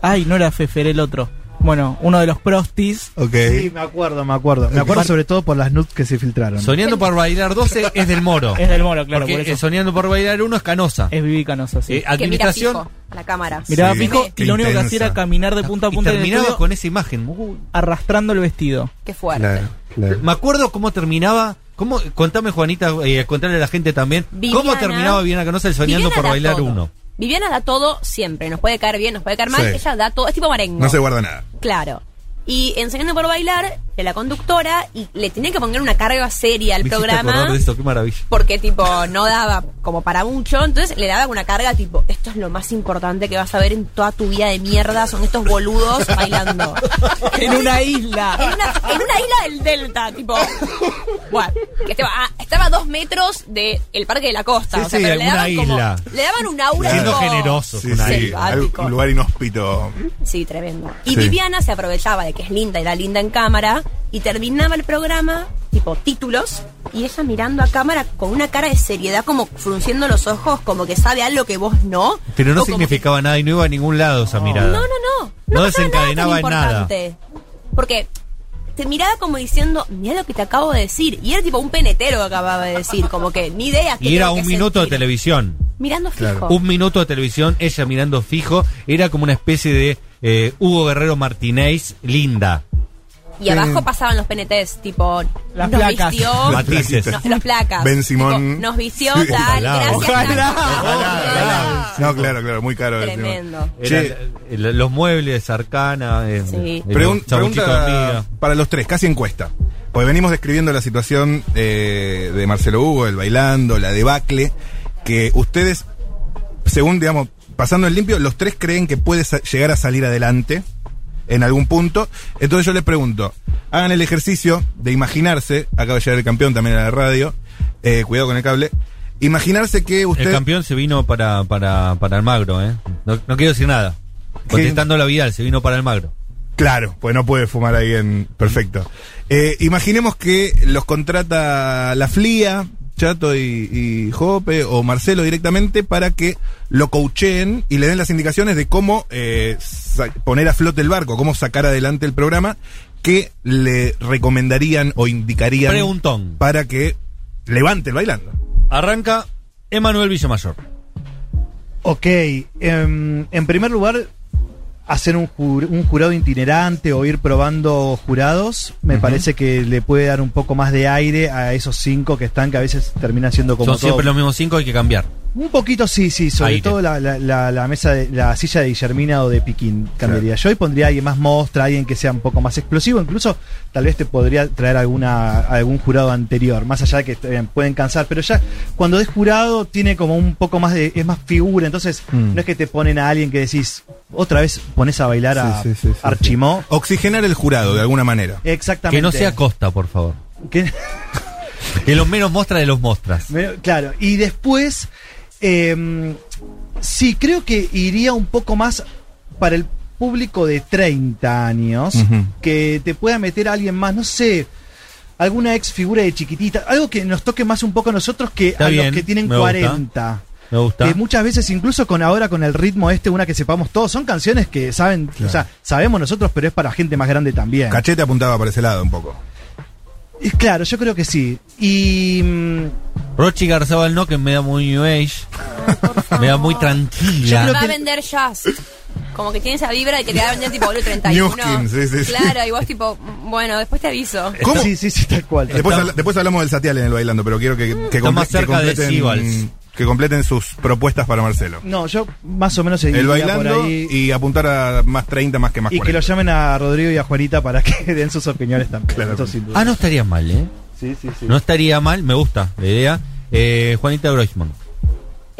Speaker 5: ay, no era Fefer el otro. Bueno, uno de los prostis.
Speaker 3: Ok.
Speaker 6: sí, me acuerdo, me acuerdo. Me acuerdo sobre todo por las nudes que se filtraron.
Speaker 2: Soñando por bailar 12 es del moro.
Speaker 5: Es del moro, claro,
Speaker 2: Porque
Speaker 5: por eso.
Speaker 2: eh, soñando por bailar uno es canosa.
Speaker 5: Es Vivi Canosa,
Speaker 2: Eh,
Speaker 5: sí.
Speaker 4: que mira
Speaker 2: administración.
Speaker 4: fijo a la cámara.
Speaker 5: Miraba
Speaker 3: Sí,
Speaker 5: Pico
Speaker 3: qué
Speaker 5: y lo único que hacía
Speaker 3: intensa.
Speaker 5: era caminar de punta a
Speaker 2: Ah, Y
Speaker 5: punta en el
Speaker 2: terminaba
Speaker 5: estudio,
Speaker 2: con esa imagen. Uy.
Speaker 5: arrastrando el vestido.
Speaker 4: Qué fuerte.
Speaker 3: Claro, claro.
Speaker 2: Me acuerdo cómo terminaba. ¿Cómo? Contame, Juanita, eh, contale a la gente también. ¿Cómo
Speaker 4: Viviana-
Speaker 2: terminaba Viviana Canosa el soñando
Speaker 4: Viviana
Speaker 2: por
Speaker 4: da
Speaker 2: bailar
Speaker 4: todo.
Speaker 2: uno?
Speaker 4: Viviana da todo siempre. Nos puede caer bien, nos puede caer mal.
Speaker 3: Sí.
Speaker 4: Ella da todo. Es tipo marengo.
Speaker 3: No se guarda nada.
Speaker 4: Claro. Y enseñando por bailar, de la conductora, y le tenía que poner una carga seria al
Speaker 2: Me hiciste
Speaker 4: programa.
Speaker 2: acordar de esto, qué maravilla.
Speaker 4: Porque, tipo, no daba como para mucho. Entonces le daba una carga, tipo, esto es lo más importante que vas a ver en toda tu vida de mierda. Son estos boludos
Speaker 2: <laughs>
Speaker 4: bailando.
Speaker 5: en una isla.
Speaker 4: En una, en una isla del delta, tipo. Bueno, que estaba, ah, estaba a dos metros del parque de la costa.
Speaker 2: Sí,
Speaker 4: o sea,
Speaker 2: sí,
Speaker 4: pero le
Speaker 2: una
Speaker 4: daban como-
Speaker 2: isla.
Speaker 4: le daban un aura
Speaker 3: Siendo
Speaker 4: como-
Speaker 2: generoso.
Speaker 3: Sí,
Speaker 2: Una
Speaker 3: sí.
Speaker 4: isla.
Speaker 3: algo- Un lugar inhóspito.
Speaker 4: Sí, tremendo. Y
Speaker 3: Sí.
Speaker 4: Viviana se aprovechaba de que es linda, era linda en cámara, y terminaba el programa, tipo títulos, y ella mirando a cámara con una cara de seriedad, como frunciendo los ojos, como que sabe algo que vos no.
Speaker 2: Pero no
Speaker 4: o como
Speaker 2: significaba nada y no iba a ningún lado esa
Speaker 4: que-
Speaker 2: mirada.
Speaker 4: No, no, no.
Speaker 2: No
Speaker 4: pasaba
Speaker 2: desencadenaba en
Speaker 4: nada
Speaker 2: nada.
Speaker 4: tan importante. Porque te miraba como diciendo, mira lo que te acabo de decir. Y era tipo un penetero que acababa de decir, como que ni idea. qué
Speaker 2: Y era
Speaker 4: tengo que
Speaker 2: un minuto de
Speaker 4: sentir.
Speaker 2: televisión.
Speaker 4: Mirando fijo.
Speaker 2: Un minuto de televisión, ella mirando fijo. Era como una especie de eh, Hugo Guerrero Martínez linda.
Speaker 4: Y abajo pasaban los PNTs, tipo,
Speaker 5: Las
Speaker 4: nos
Speaker 5: placas.
Speaker 4: vistió.
Speaker 2: Matices.
Speaker 4: No, los placas.
Speaker 3: Este. Ben
Speaker 4: Tipo,
Speaker 3: Simón.
Speaker 4: nos vistió
Speaker 3: Sí.
Speaker 4: tal,
Speaker 2: Ojalá,
Speaker 4: gracias.
Speaker 5: ojalá.
Speaker 4: tal.
Speaker 3: Ojalá, ojalá. No, claro, claro, muy caro. el tema.
Speaker 4: Tremendo.
Speaker 2: Eran,
Speaker 3: Che.
Speaker 2: eh, los muebles, Arcana. eh,
Speaker 4: Sí.
Speaker 2: el
Speaker 3: Pregun-
Speaker 2: chabuchito hormiga.
Speaker 3: pregunta para los tres, casi encuesta. Porque venimos describiendo la situación eh, de Marcelo Hugo, el bailando, la debacle, que ustedes, según, digamos, pasando el limpio, los tres creen que puede sa- llegar a salir adelante en algún punto. Entonces yo les pregunto, hagan el ejercicio de imaginarse, acaba de llegar el campeón también a la radio, eh, cuidado con el cable, imaginarse que
Speaker 2: El
Speaker 3: ustedes...
Speaker 2: campeón se vino para, para, para Almagro, ¿eh? No, no quiero decir nada. Contestando la Vidal, se vino para Almagro.
Speaker 3: Claro, pues no puede fumar ahí en. Perfecto. Eh, imaginemos que los contrata la FLIA, Chato y, y Jope o Marcelo directamente para que lo coacheen y le den las indicaciones de cómo eh, sa- poner a flote el barco, cómo sacar adelante el programa, que le recomendarían o indicarían
Speaker 2: Preguntón.
Speaker 3: para que levante el bailando.
Speaker 2: Arranca Emanuel Villamayor.
Speaker 6: Ok, em, en primer lugar, hacer un, ju- un jurado itinerante o ir probando jurados, me parece que le puede dar un poco más de aire a esos cinco que están, que a veces terminan siendo como
Speaker 2: Son siempre
Speaker 6: todo-
Speaker 2: los mismos cinco, hay que cambiar.
Speaker 6: Un poquito sí, sí, sobre
Speaker 2: Aire.
Speaker 6: todo la, la- la- la mesa, de, la silla de Guillermina o de Piquín cambiaría yo y pondría a alguien más mostra, alguien que sea un poco más explosivo, incluso tal vez te podría traer alguna algún jurado anterior, más allá de que eh, pueden cansar, pero ya cuando es jurado tiene como un poco más de, es más figura, entonces
Speaker 3: Mm.
Speaker 6: no es que te ponen a alguien que decís, otra vez pones a bailar a
Speaker 3: Sí, sí, sí, sí, sí.
Speaker 6: Archimó.
Speaker 3: Oxigenar el jurado de alguna manera.
Speaker 6: Exactamente.
Speaker 2: Que no sea Costa, por favor.
Speaker 6: Que-
Speaker 2: Que los menos mostra de los mostras.
Speaker 6: Me- Claro, y después, eh, sí, creo que iría un poco más para el público de 30 años,
Speaker 3: Ujú.
Speaker 6: que te pueda meter a alguien más, no sé, alguna ex figura de chiquitita, algo que nos toque más un poco a nosotros que
Speaker 2: Está
Speaker 6: a
Speaker 2: bien,
Speaker 6: los que tienen
Speaker 2: me gusta.
Speaker 6: 40.
Speaker 2: Me gusta.
Speaker 6: Que muchas veces, incluso con ahora con el ritmo este, una que sepamos todos, son canciones que saben, o sea, sabemos nosotros, pero es para gente más grande también.
Speaker 3: Cachete apuntaba para ese lado un poco.
Speaker 6: Y claro, yo creo que sí. Y mm,
Speaker 2: Rochi Garzabal no, que me da muy New
Speaker 6: <laughs>
Speaker 2: Age. me da muy
Speaker 6: Yo
Speaker 4: Te
Speaker 6: creo
Speaker 2: tranquila.
Speaker 4: va
Speaker 6: que-
Speaker 4: a vender jazz. Como que tiene esa vibra de que te va a vender tipo boludo 31.
Speaker 3: Newskin, sí, sí, sí.
Speaker 4: Claro, y vos tipo, bueno, después te aviso.
Speaker 3: ¿Cómo?
Speaker 6: sí, sí, sí, tal cual.
Speaker 3: Después, habla- después hablamos del Satial en el bailando, pero quiero que, que,
Speaker 2: Está más
Speaker 3: comple- que
Speaker 2: cerca de Sivals.
Speaker 3: completen, que completen sus propuestas para Marcelo.
Speaker 6: No, yo más o menos seguiría
Speaker 3: El
Speaker 6: por
Speaker 3: bailando
Speaker 6: ahí. Y,
Speaker 3: y apuntar a más 30 más que más
Speaker 6: que lo
Speaker 3: 40.
Speaker 6: llamen a Rodrigo y a Juanita para que <laughs> den sus opiniones también.
Speaker 3: Claro.
Speaker 6: Eso sin duda.
Speaker 2: Ah, no estaría mal, ¿eh?
Speaker 6: Sí, sí, sí.
Speaker 2: No estaría mal, me gusta la idea. Eh, Juanita Broisman.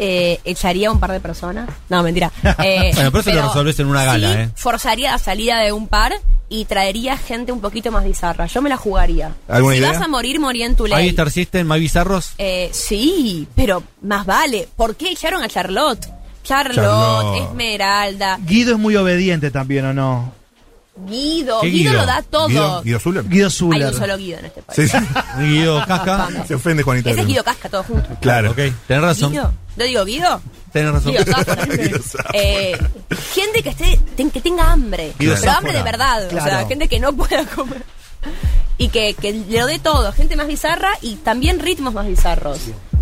Speaker 4: Eh, echaría a un par de personas. No, mentira. Eh,
Speaker 2: Bueno, pero eso lo resolvés en una gala,
Speaker 4: sí,
Speaker 2: ¿eh?
Speaker 4: Forzaría la salida de un par y traería gente un poquito más bizarra. Yo me la jugaría.
Speaker 3: ¿Alguna
Speaker 4: si
Speaker 3: idea?
Speaker 4: vas a morir, morí en tu ley.
Speaker 2: Ahí está System, Mavi Bizarros.
Speaker 4: Eh, sí, pero más vale. ¿Por qué echaron a Charlotte? Charlotte,
Speaker 3: Charlotte.
Speaker 4: Esmeralda,
Speaker 6: Guido es muy obediente también, ¿o no?
Speaker 4: Guido.
Speaker 3: ¿Qué
Speaker 4: Guido, lo da todo.
Speaker 3: Guido, Guido Zuller.
Speaker 6: Guido
Speaker 4: Hay
Speaker 6: Zuller.
Speaker 4: un solo Guido en este país.
Speaker 3: Sí, sí.
Speaker 2: Guido Casca.
Speaker 3: Se ofende Juanita.
Speaker 4: Ese es
Speaker 3: Cruz.
Speaker 4: Guido Casca, todo junto.
Speaker 3: Claro.
Speaker 2: Ok, tenés razón.
Speaker 4: Guido. ¿Yo digo Guido?
Speaker 2: Tenés razón.
Speaker 4: Guido
Speaker 2: <laughs>
Speaker 4: Sáfora.
Speaker 3: Guido Sáfora.
Speaker 4: Eh, gente que esté ten- que tenga hambre.
Speaker 2: Guido
Speaker 4: pero
Speaker 2: Sáfora.
Speaker 4: hambre de verdad. O sea,
Speaker 6: Claro.
Speaker 4: gente que no pueda comer. Y que, que le dé todo. Gente más bizarra y también ritmos más bizarros.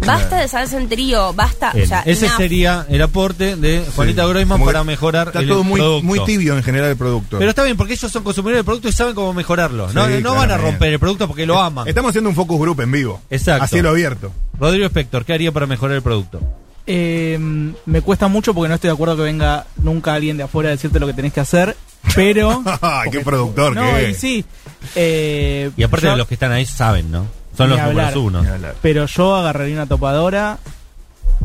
Speaker 4: Basta de salsa en trío, basta.
Speaker 2: Bien,
Speaker 4: O sea,
Speaker 2: Ese
Speaker 4: naf.
Speaker 2: sería el aporte de Juanita
Speaker 3: Sí.
Speaker 2: Groisman
Speaker 3: Como que
Speaker 2: para mejorar
Speaker 3: Está
Speaker 2: el
Speaker 3: todo muy,
Speaker 2: producto.
Speaker 3: muy tibio en general el producto.
Speaker 2: Pero está bien, porque ellos son consumidores del producto y saben cómo mejorarlo. No,
Speaker 3: Sí,
Speaker 2: no van a
Speaker 3: claramente.
Speaker 2: romper el producto porque lo aman.
Speaker 3: Estamos haciendo un focus group en vivo.
Speaker 2: Exacto.
Speaker 3: A cielo abierto.
Speaker 2: Rodrigo Spector, ¿qué haría para mejorar el producto?
Speaker 5: Eh, me cuesta mucho porque no estoy de acuerdo que venga nunca alguien de afuera a decirte lo que tenés que hacer,
Speaker 2: <laughs>
Speaker 5: pero...
Speaker 3: Ay, qué productor
Speaker 5: no,
Speaker 3: que
Speaker 5: y
Speaker 3: es.
Speaker 5: sí. eh,
Speaker 2: Y aparte
Speaker 5: yo-
Speaker 2: de los que están ahí saben, ¿no? Son
Speaker 5: Ni
Speaker 2: los números
Speaker 5: hablar.
Speaker 2: uno.
Speaker 3: Ni hablar.
Speaker 5: Pero yo agarraría una topadora,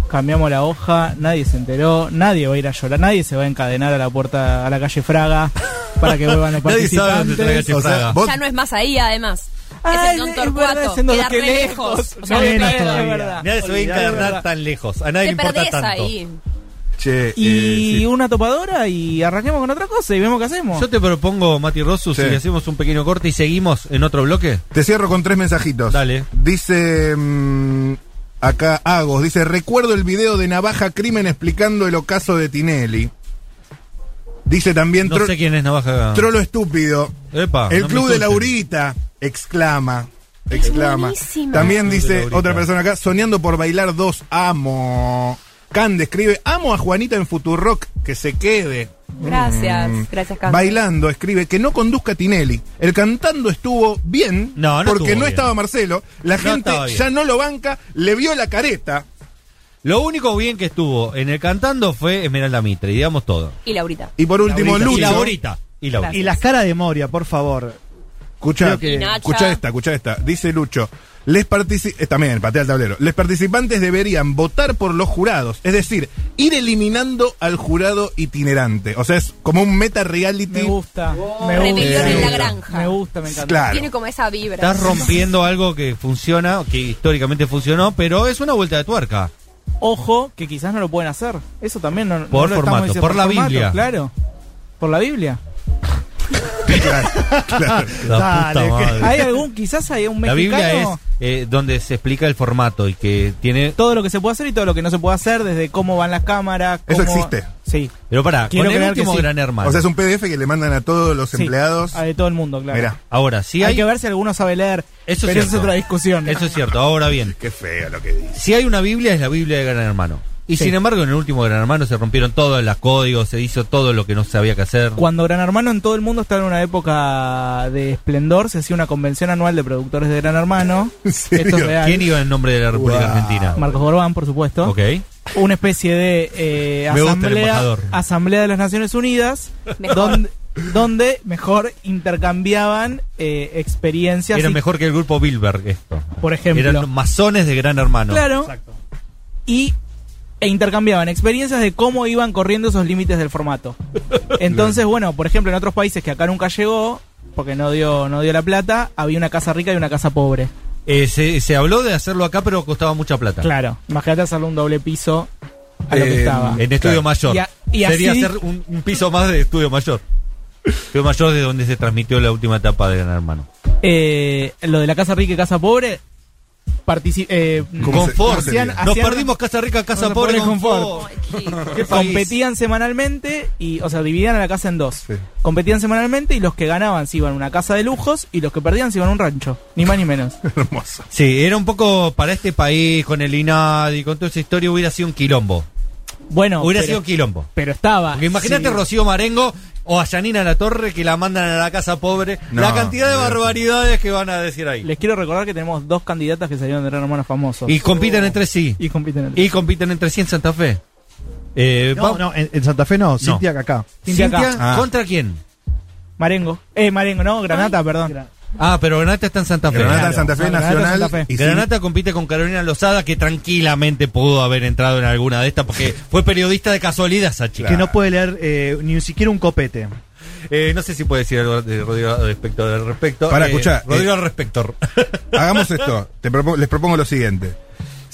Speaker 5: cambiamos la hoja, nadie se enteró, nadie va a ir a llorar, nadie se va a encadenar a la puerta, a la calle Fraga, para que vuelvan
Speaker 2: <laughs>
Speaker 5: los
Speaker 2: Nadie sabe dónde
Speaker 5: participantes.
Speaker 2: está la calle
Speaker 3: O sea,
Speaker 2: Fraga.
Speaker 3: vos-
Speaker 4: Ya no es más ahí, además. es
Speaker 5: Ay,
Speaker 4: el Don
Speaker 5: es verdad,
Speaker 4: Torcuato.
Speaker 5: es en Don
Speaker 4: queda re
Speaker 5: Torquelejos.
Speaker 4: lejos. O
Speaker 5: No
Speaker 4: sea,
Speaker 5: hay
Speaker 4: te-
Speaker 5: menos
Speaker 6: te-
Speaker 5: todavía.
Speaker 6: es verdad.
Speaker 2: Nadie se va a
Speaker 6: Olvidate,
Speaker 2: encarnar
Speaker 5: ¿verdad?
Speaker 2: tan lejos. A nadie le
Speaker 4: te
Speaker 2: importa
Speaker 4: perdés
Speaker 2: tanto.
Speaker 4: ahí.
Speaker 3: Che, eh,
Speaker 5: Y
Speaker 3: sí.
Speaker 5: una topadora y arranquemos con otra cosa y vemos qué hacemos.
Speaker 2: Yo te propongo, Mati Rosu,
Speaker 3: Sí.
Speaker 2: si hacemos un pequeño corte y seguimos en otro bloque.
Speaker 3: Te cierro con tres mensajitos.
Speaker 2: Dale.
Speaker 3: Dice mm, acá Agos, dice, recuerdo el video de Navaja Crimen explicando el ocaso de Tinelli. Dice también
Speaker 2: No
Speaker 3: Tro-
Speaker 2: sé quién es Navaja.
Speaker 3: Trolo Estúpido.
Speaker 2: Epa,
Speaker 3: el
Speaker 2: no me
Speaker 3: Club de
Speaker 2: insulten.
Speaker 3: Laurita, exclama. Exclama.
Speaker 4: buenísima.
Speaker 3: También
Speaker 2: Club de
Speaker 3: dice
Speaker 2: Laurita.
Speaker 3: otra persona acá, soñando por bailar dos, amo. Can escribe, amo a Juanita en Futurock, que se quede.
Speaker 4: Gracias,
Speaker 3: Mm.
Speaker 4: gracias, Cam.
Speaker 3: Bailando, escribe, que no conduzca Tinelli. El cantando estuvo bien,
Speaker 2: No, no
Speaker 3: porque
Speaker 2: estuvo
Speaker 3: no
Speaker 2: bien.
Speaker 3: estaba Marcelo. La
Speaker 2: No
Speaker 3: gente
Speaker 2: estaba bien.
Speaker 3: ya no lo banca, le vio la careta.
Speaker 2: Lo único bien que estuvo en el cantando fue Esmeralda Mitre, y digamos todo.
Speaker 4: Y Laurita.
Speaker 3: Y por último,
Speaker 6: Laurita,
Speaker 2: Y la
Speaker 3: Lucho.
Speaker 2: horita. Y la horita.
Speaker 6: Y las caras de Moria, por favor.
Speaker 3: Escucha,
Speaker 6: Creo que-
Speaker 4: Y Nacha.
Speaker 3: escucha esta, escucha esta. Dice Lucho. Les partici- eh, también, patea el tablero. Les participantes deberían votar por los jurados, es decir, ir eliminando al jurado itinerante. O sea, es como un meta reality.
Speaker 5: Me gusta. Me gusta.
Speaker 4: Rebelión
Speaker 3: en
Speaker 5: me
Speaker 3: la
Speaker 5: gusta,
Speaker 4: granja.
Speaker 5: Me gusta, me encanta.
Speaker 3: Claro.
Speaker 4: Tiene como esa vibra.
Speaker 2: Estás rompiendo algo que funciona, que históricamente funcionó, pero es una vuelta de tuerca.
Speaker 5: Ojo, que quizás no lo pueden hacer. Eso también no, no
Speaker 2: Por
Speaker 5: lo estamos
Speaker 2: formato,
Speaker 5: diciendo.
Speaker 2: por la Biblia.
Speaker 5: Claro. Por la Biblia.
Speaker 3: Claro,
Speaker 2: <laughs>
Speaker 3: claro.
Speaker 2: La
Speaker 6: Dale,
Speaker 2: puta
Speaker 6: que-
Speaker 2: madre.
Speaker 5: Hay algún, quizás hay un
Speaker 2: La
Speaker 5: mexicano.
Speaker 2: Biblia es eh, donde se explica el formato y que tiene.
Speaker 5: todo lo que se puede hacer y todo lo que no se puede hacer, desde cómo van las cámaras.
Speaker 3: Eso
Speaker 5: cómo-
Speaker 3: existe.
Speaker 5: Sí.
Speaker 2: Pero pará,
Speaker 5: Quiero
Speaker 2: con el
Speaker 5: creer
Speaker 2: último
Speaker 5: que sí.
Speaker 2: gran hermano.
Speaker 3: O sea, es un PDF que le mandan a todos los
Speaker 5: sí,
Speaker 3: empleados.
Speaker 5: a de todo el mundo, claro.
Speaker 3: Mirá,
Speaker 2: Ahora, si
Speaker 5: hay,
Speaker 2: hay.
Speaker 5: que ver si alguno sabe leer.
Speaker 2: Eso es
Speaker 5: pero es
Speaker 2: cierto.
Speaker 5: otra discusión.
Speaker 2: Eso es cierto. Ahora bien,
Speaker 3: qué feo lo que dice. <laughs>
Speaker 2: si hay una Biblia, es la Biblia de Gran Hermano. Y
Speaker 5: Sí.
Speaker 2: sin embargo, en el último Gran Hermano se rompieron todos los códigos, se hizo todo lo que no se había que hacer.
Speaker 5: Cuando Gran Hermano en todo el mundo estaba en una época de esplendor, se hacía una convención anual de productores de Gran Hermano.
Speaker 3: ¿En serio?
Speaker 5: Esto es real.
Speaker 2: ¿Quién iba en nombre de la República
Speaker 3: Wow.
Speaker 2: Argentina?
Speaker 5: Marcos Borbán, por supuesto.
Speaker 2: Ok.
Speaker 5: Una especie de eh,
Speaker 2: Me gusta el
Speaker 5: asamblea,
Speaker 2: embajador.
Speaker 5: asamblea de las Naciones Unidas,
Speaker 4: Mejor.
Speaker 5: donde, donde mejor intercambiaban eh, experiencias.
Speaker 2: Era
Speaker 5: y-
Speaker 2: mejor que el grupo Bilberg esto.
Speaker 5: Por ejemplo.
Speaker 2: Eran masones de Gran Hermano.
Speaker 5: Claro.
Speaker 6: Exacto.
Speaker 5: y e intercambiaban experiencias de cómo iban corriendo esos límites
Speaker 2: <laughs>
Speaker 5: del formato. Entonces, bueno, por ejemplo, en otros países que acá nunca llegó, porque no dio, no dio la plata, había una casa rica y una casa pobre.
Speaker 2: Eh, se, se habló de hacerlo acá, pero costaba mucha plata.
Speaker 5: Claro, imagínate hacerle un doble piso a lo
Speaker 3: Eh,
Speaker 5: que estaba.
Speaker 2: En estudio
Speaker 3: Claro.
Speaker 2: mayor.
Speaker 5: Y a- y
Speaker 2: Sería
Speaker 5: así-
Speaker 2: hacer un, un piso más de estudio mayor. Estudio mayor de donde se transmitió la última etapa de Gran Hermano.
Speaker 5: Eh, lo de la casa rica y casa pobre, partici- eh,
Speaker 3: ¿Cómo se-
Speaker 2: Confort.
Speaker 3: cómo sería?
Speaker 5: Hacían-
Speaker 2: Nos
Speaker 5: hacían-
Speaker 2: perdimos Casa Rica, Casa
Speaker 5: Casa
Speaker 2: Pobre,
Speaker 5: Pobre,
Speaker 2: confort.
Speaker 5: confort.
Speaker 4: <laughs> Ay, qué-
Speaker 2: ¿Qué país?
Speaker 5: competían semanalmente y, o sea, dividían a la casa en dos.
Speaker 3: Sí.
Speaker 5: Competían semanalmente y los que ganaban se iban a una casa de lujos y los que perdían se iban a un rancho, ni más
Speaker 2: <laughs>
Speaker 5: ni menos.
Speaker 3: Hermoso.
Speaker 2: Sí, era un poco para este país, con el INADI, con toda esa historia, hubiera sido un quilombo.
Speaker 5: Bueno,
Speaker 2: hubiera
Speaker 5: pero-
Speaker 2: sido un quilombo.
Speaker 5: Pero estaba.
Speaker 2: Porque
Speaker 3: Ah,
Speaker 2: imagínate a
Speaker 5: Sí.
Speaker 2: Rocío Marengo o a Yanina La Torre que la mandan a la casa pobre.
Speaker 3: No,
Speaker 2: la cantidad de
Speaker 3: olvídate.
Speaker 2: barbaridades que van a decir ahí.
Speaker 5: Les quiero recordar que tenemos dos candidatas que salieron de Gran Hermano famosos.
Speaker 2: Y compiten entre sí.
Speaker 5: Y compiten entre
Speaker 2: Y compiten entre sí en Santa Fe. Eh,
Speaker 6: No,
Speaker 2: va-
Speaker 6: no, en, en Santa Fe no, Cintia Cacá.
Speaker 5: Cintia
Speaker 2: Cintia,
Speaker 3: acá. Ah.
Speaker 2: ¿contra quién?
Speaker 5: Marengo. Eh, Marengo, no, Granata, perdón.
Speaker 2: Ah, pero Granata está en Santa Fe.
Speaker 3: Granata
Speaker 5: Claro.
Speaker 3: Santa Fe
Speaker 5: No, Granata,
Speaker 3: Nacional.
Speaker 5: Santa Fe.
Speaker 3: y sí,
Speaker 2: Granata compite con Carolina Lozada, que tranquilamente pudo haber entrado en alguna de estas, porque fue periodista de casualidad esa chica.
Speaker 6: Que no puede leer eh, ni siquiera un copete.
Speaker 2: Eh, no sé si puede decir algo de Rodrigo al respecto. Al respecto
Speaker 3: Pará,
Speaker 2: Eh,
Speaker 3: escuchá, <laughs>
Speaker 2: Rodrigo
Speaker 3: eh.
Speaker 2: al respecto.
Speaker 3: Hagamos esto. Te propo- les propongo lo siguiente.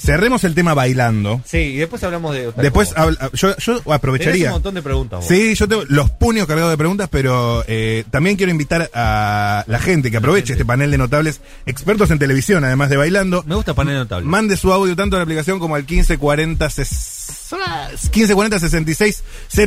Speaker 3: cerremos el tema bailando.
Speaker 2: Sí, y después hablamos de. otra
Speaker 3: Después
Speaker 2: cosa.
Speaker 3: habla- yo, yo
Speaker 2: Tenés un
Speaker 3: aprovecharía.
Speaker 2: montón de preguntas. vos.
Speaker 3: Sí, yo tengo los puños cargados de preguntas, pero eh, también quiero invitar a la gente que aproveche este panel de notables expertos en televisión, además de bailando.
Speaker 2: Me gusta panel notable.
Speaker 3: Mande su audio tanto a la aplicación como al 1540 ses- 1540 66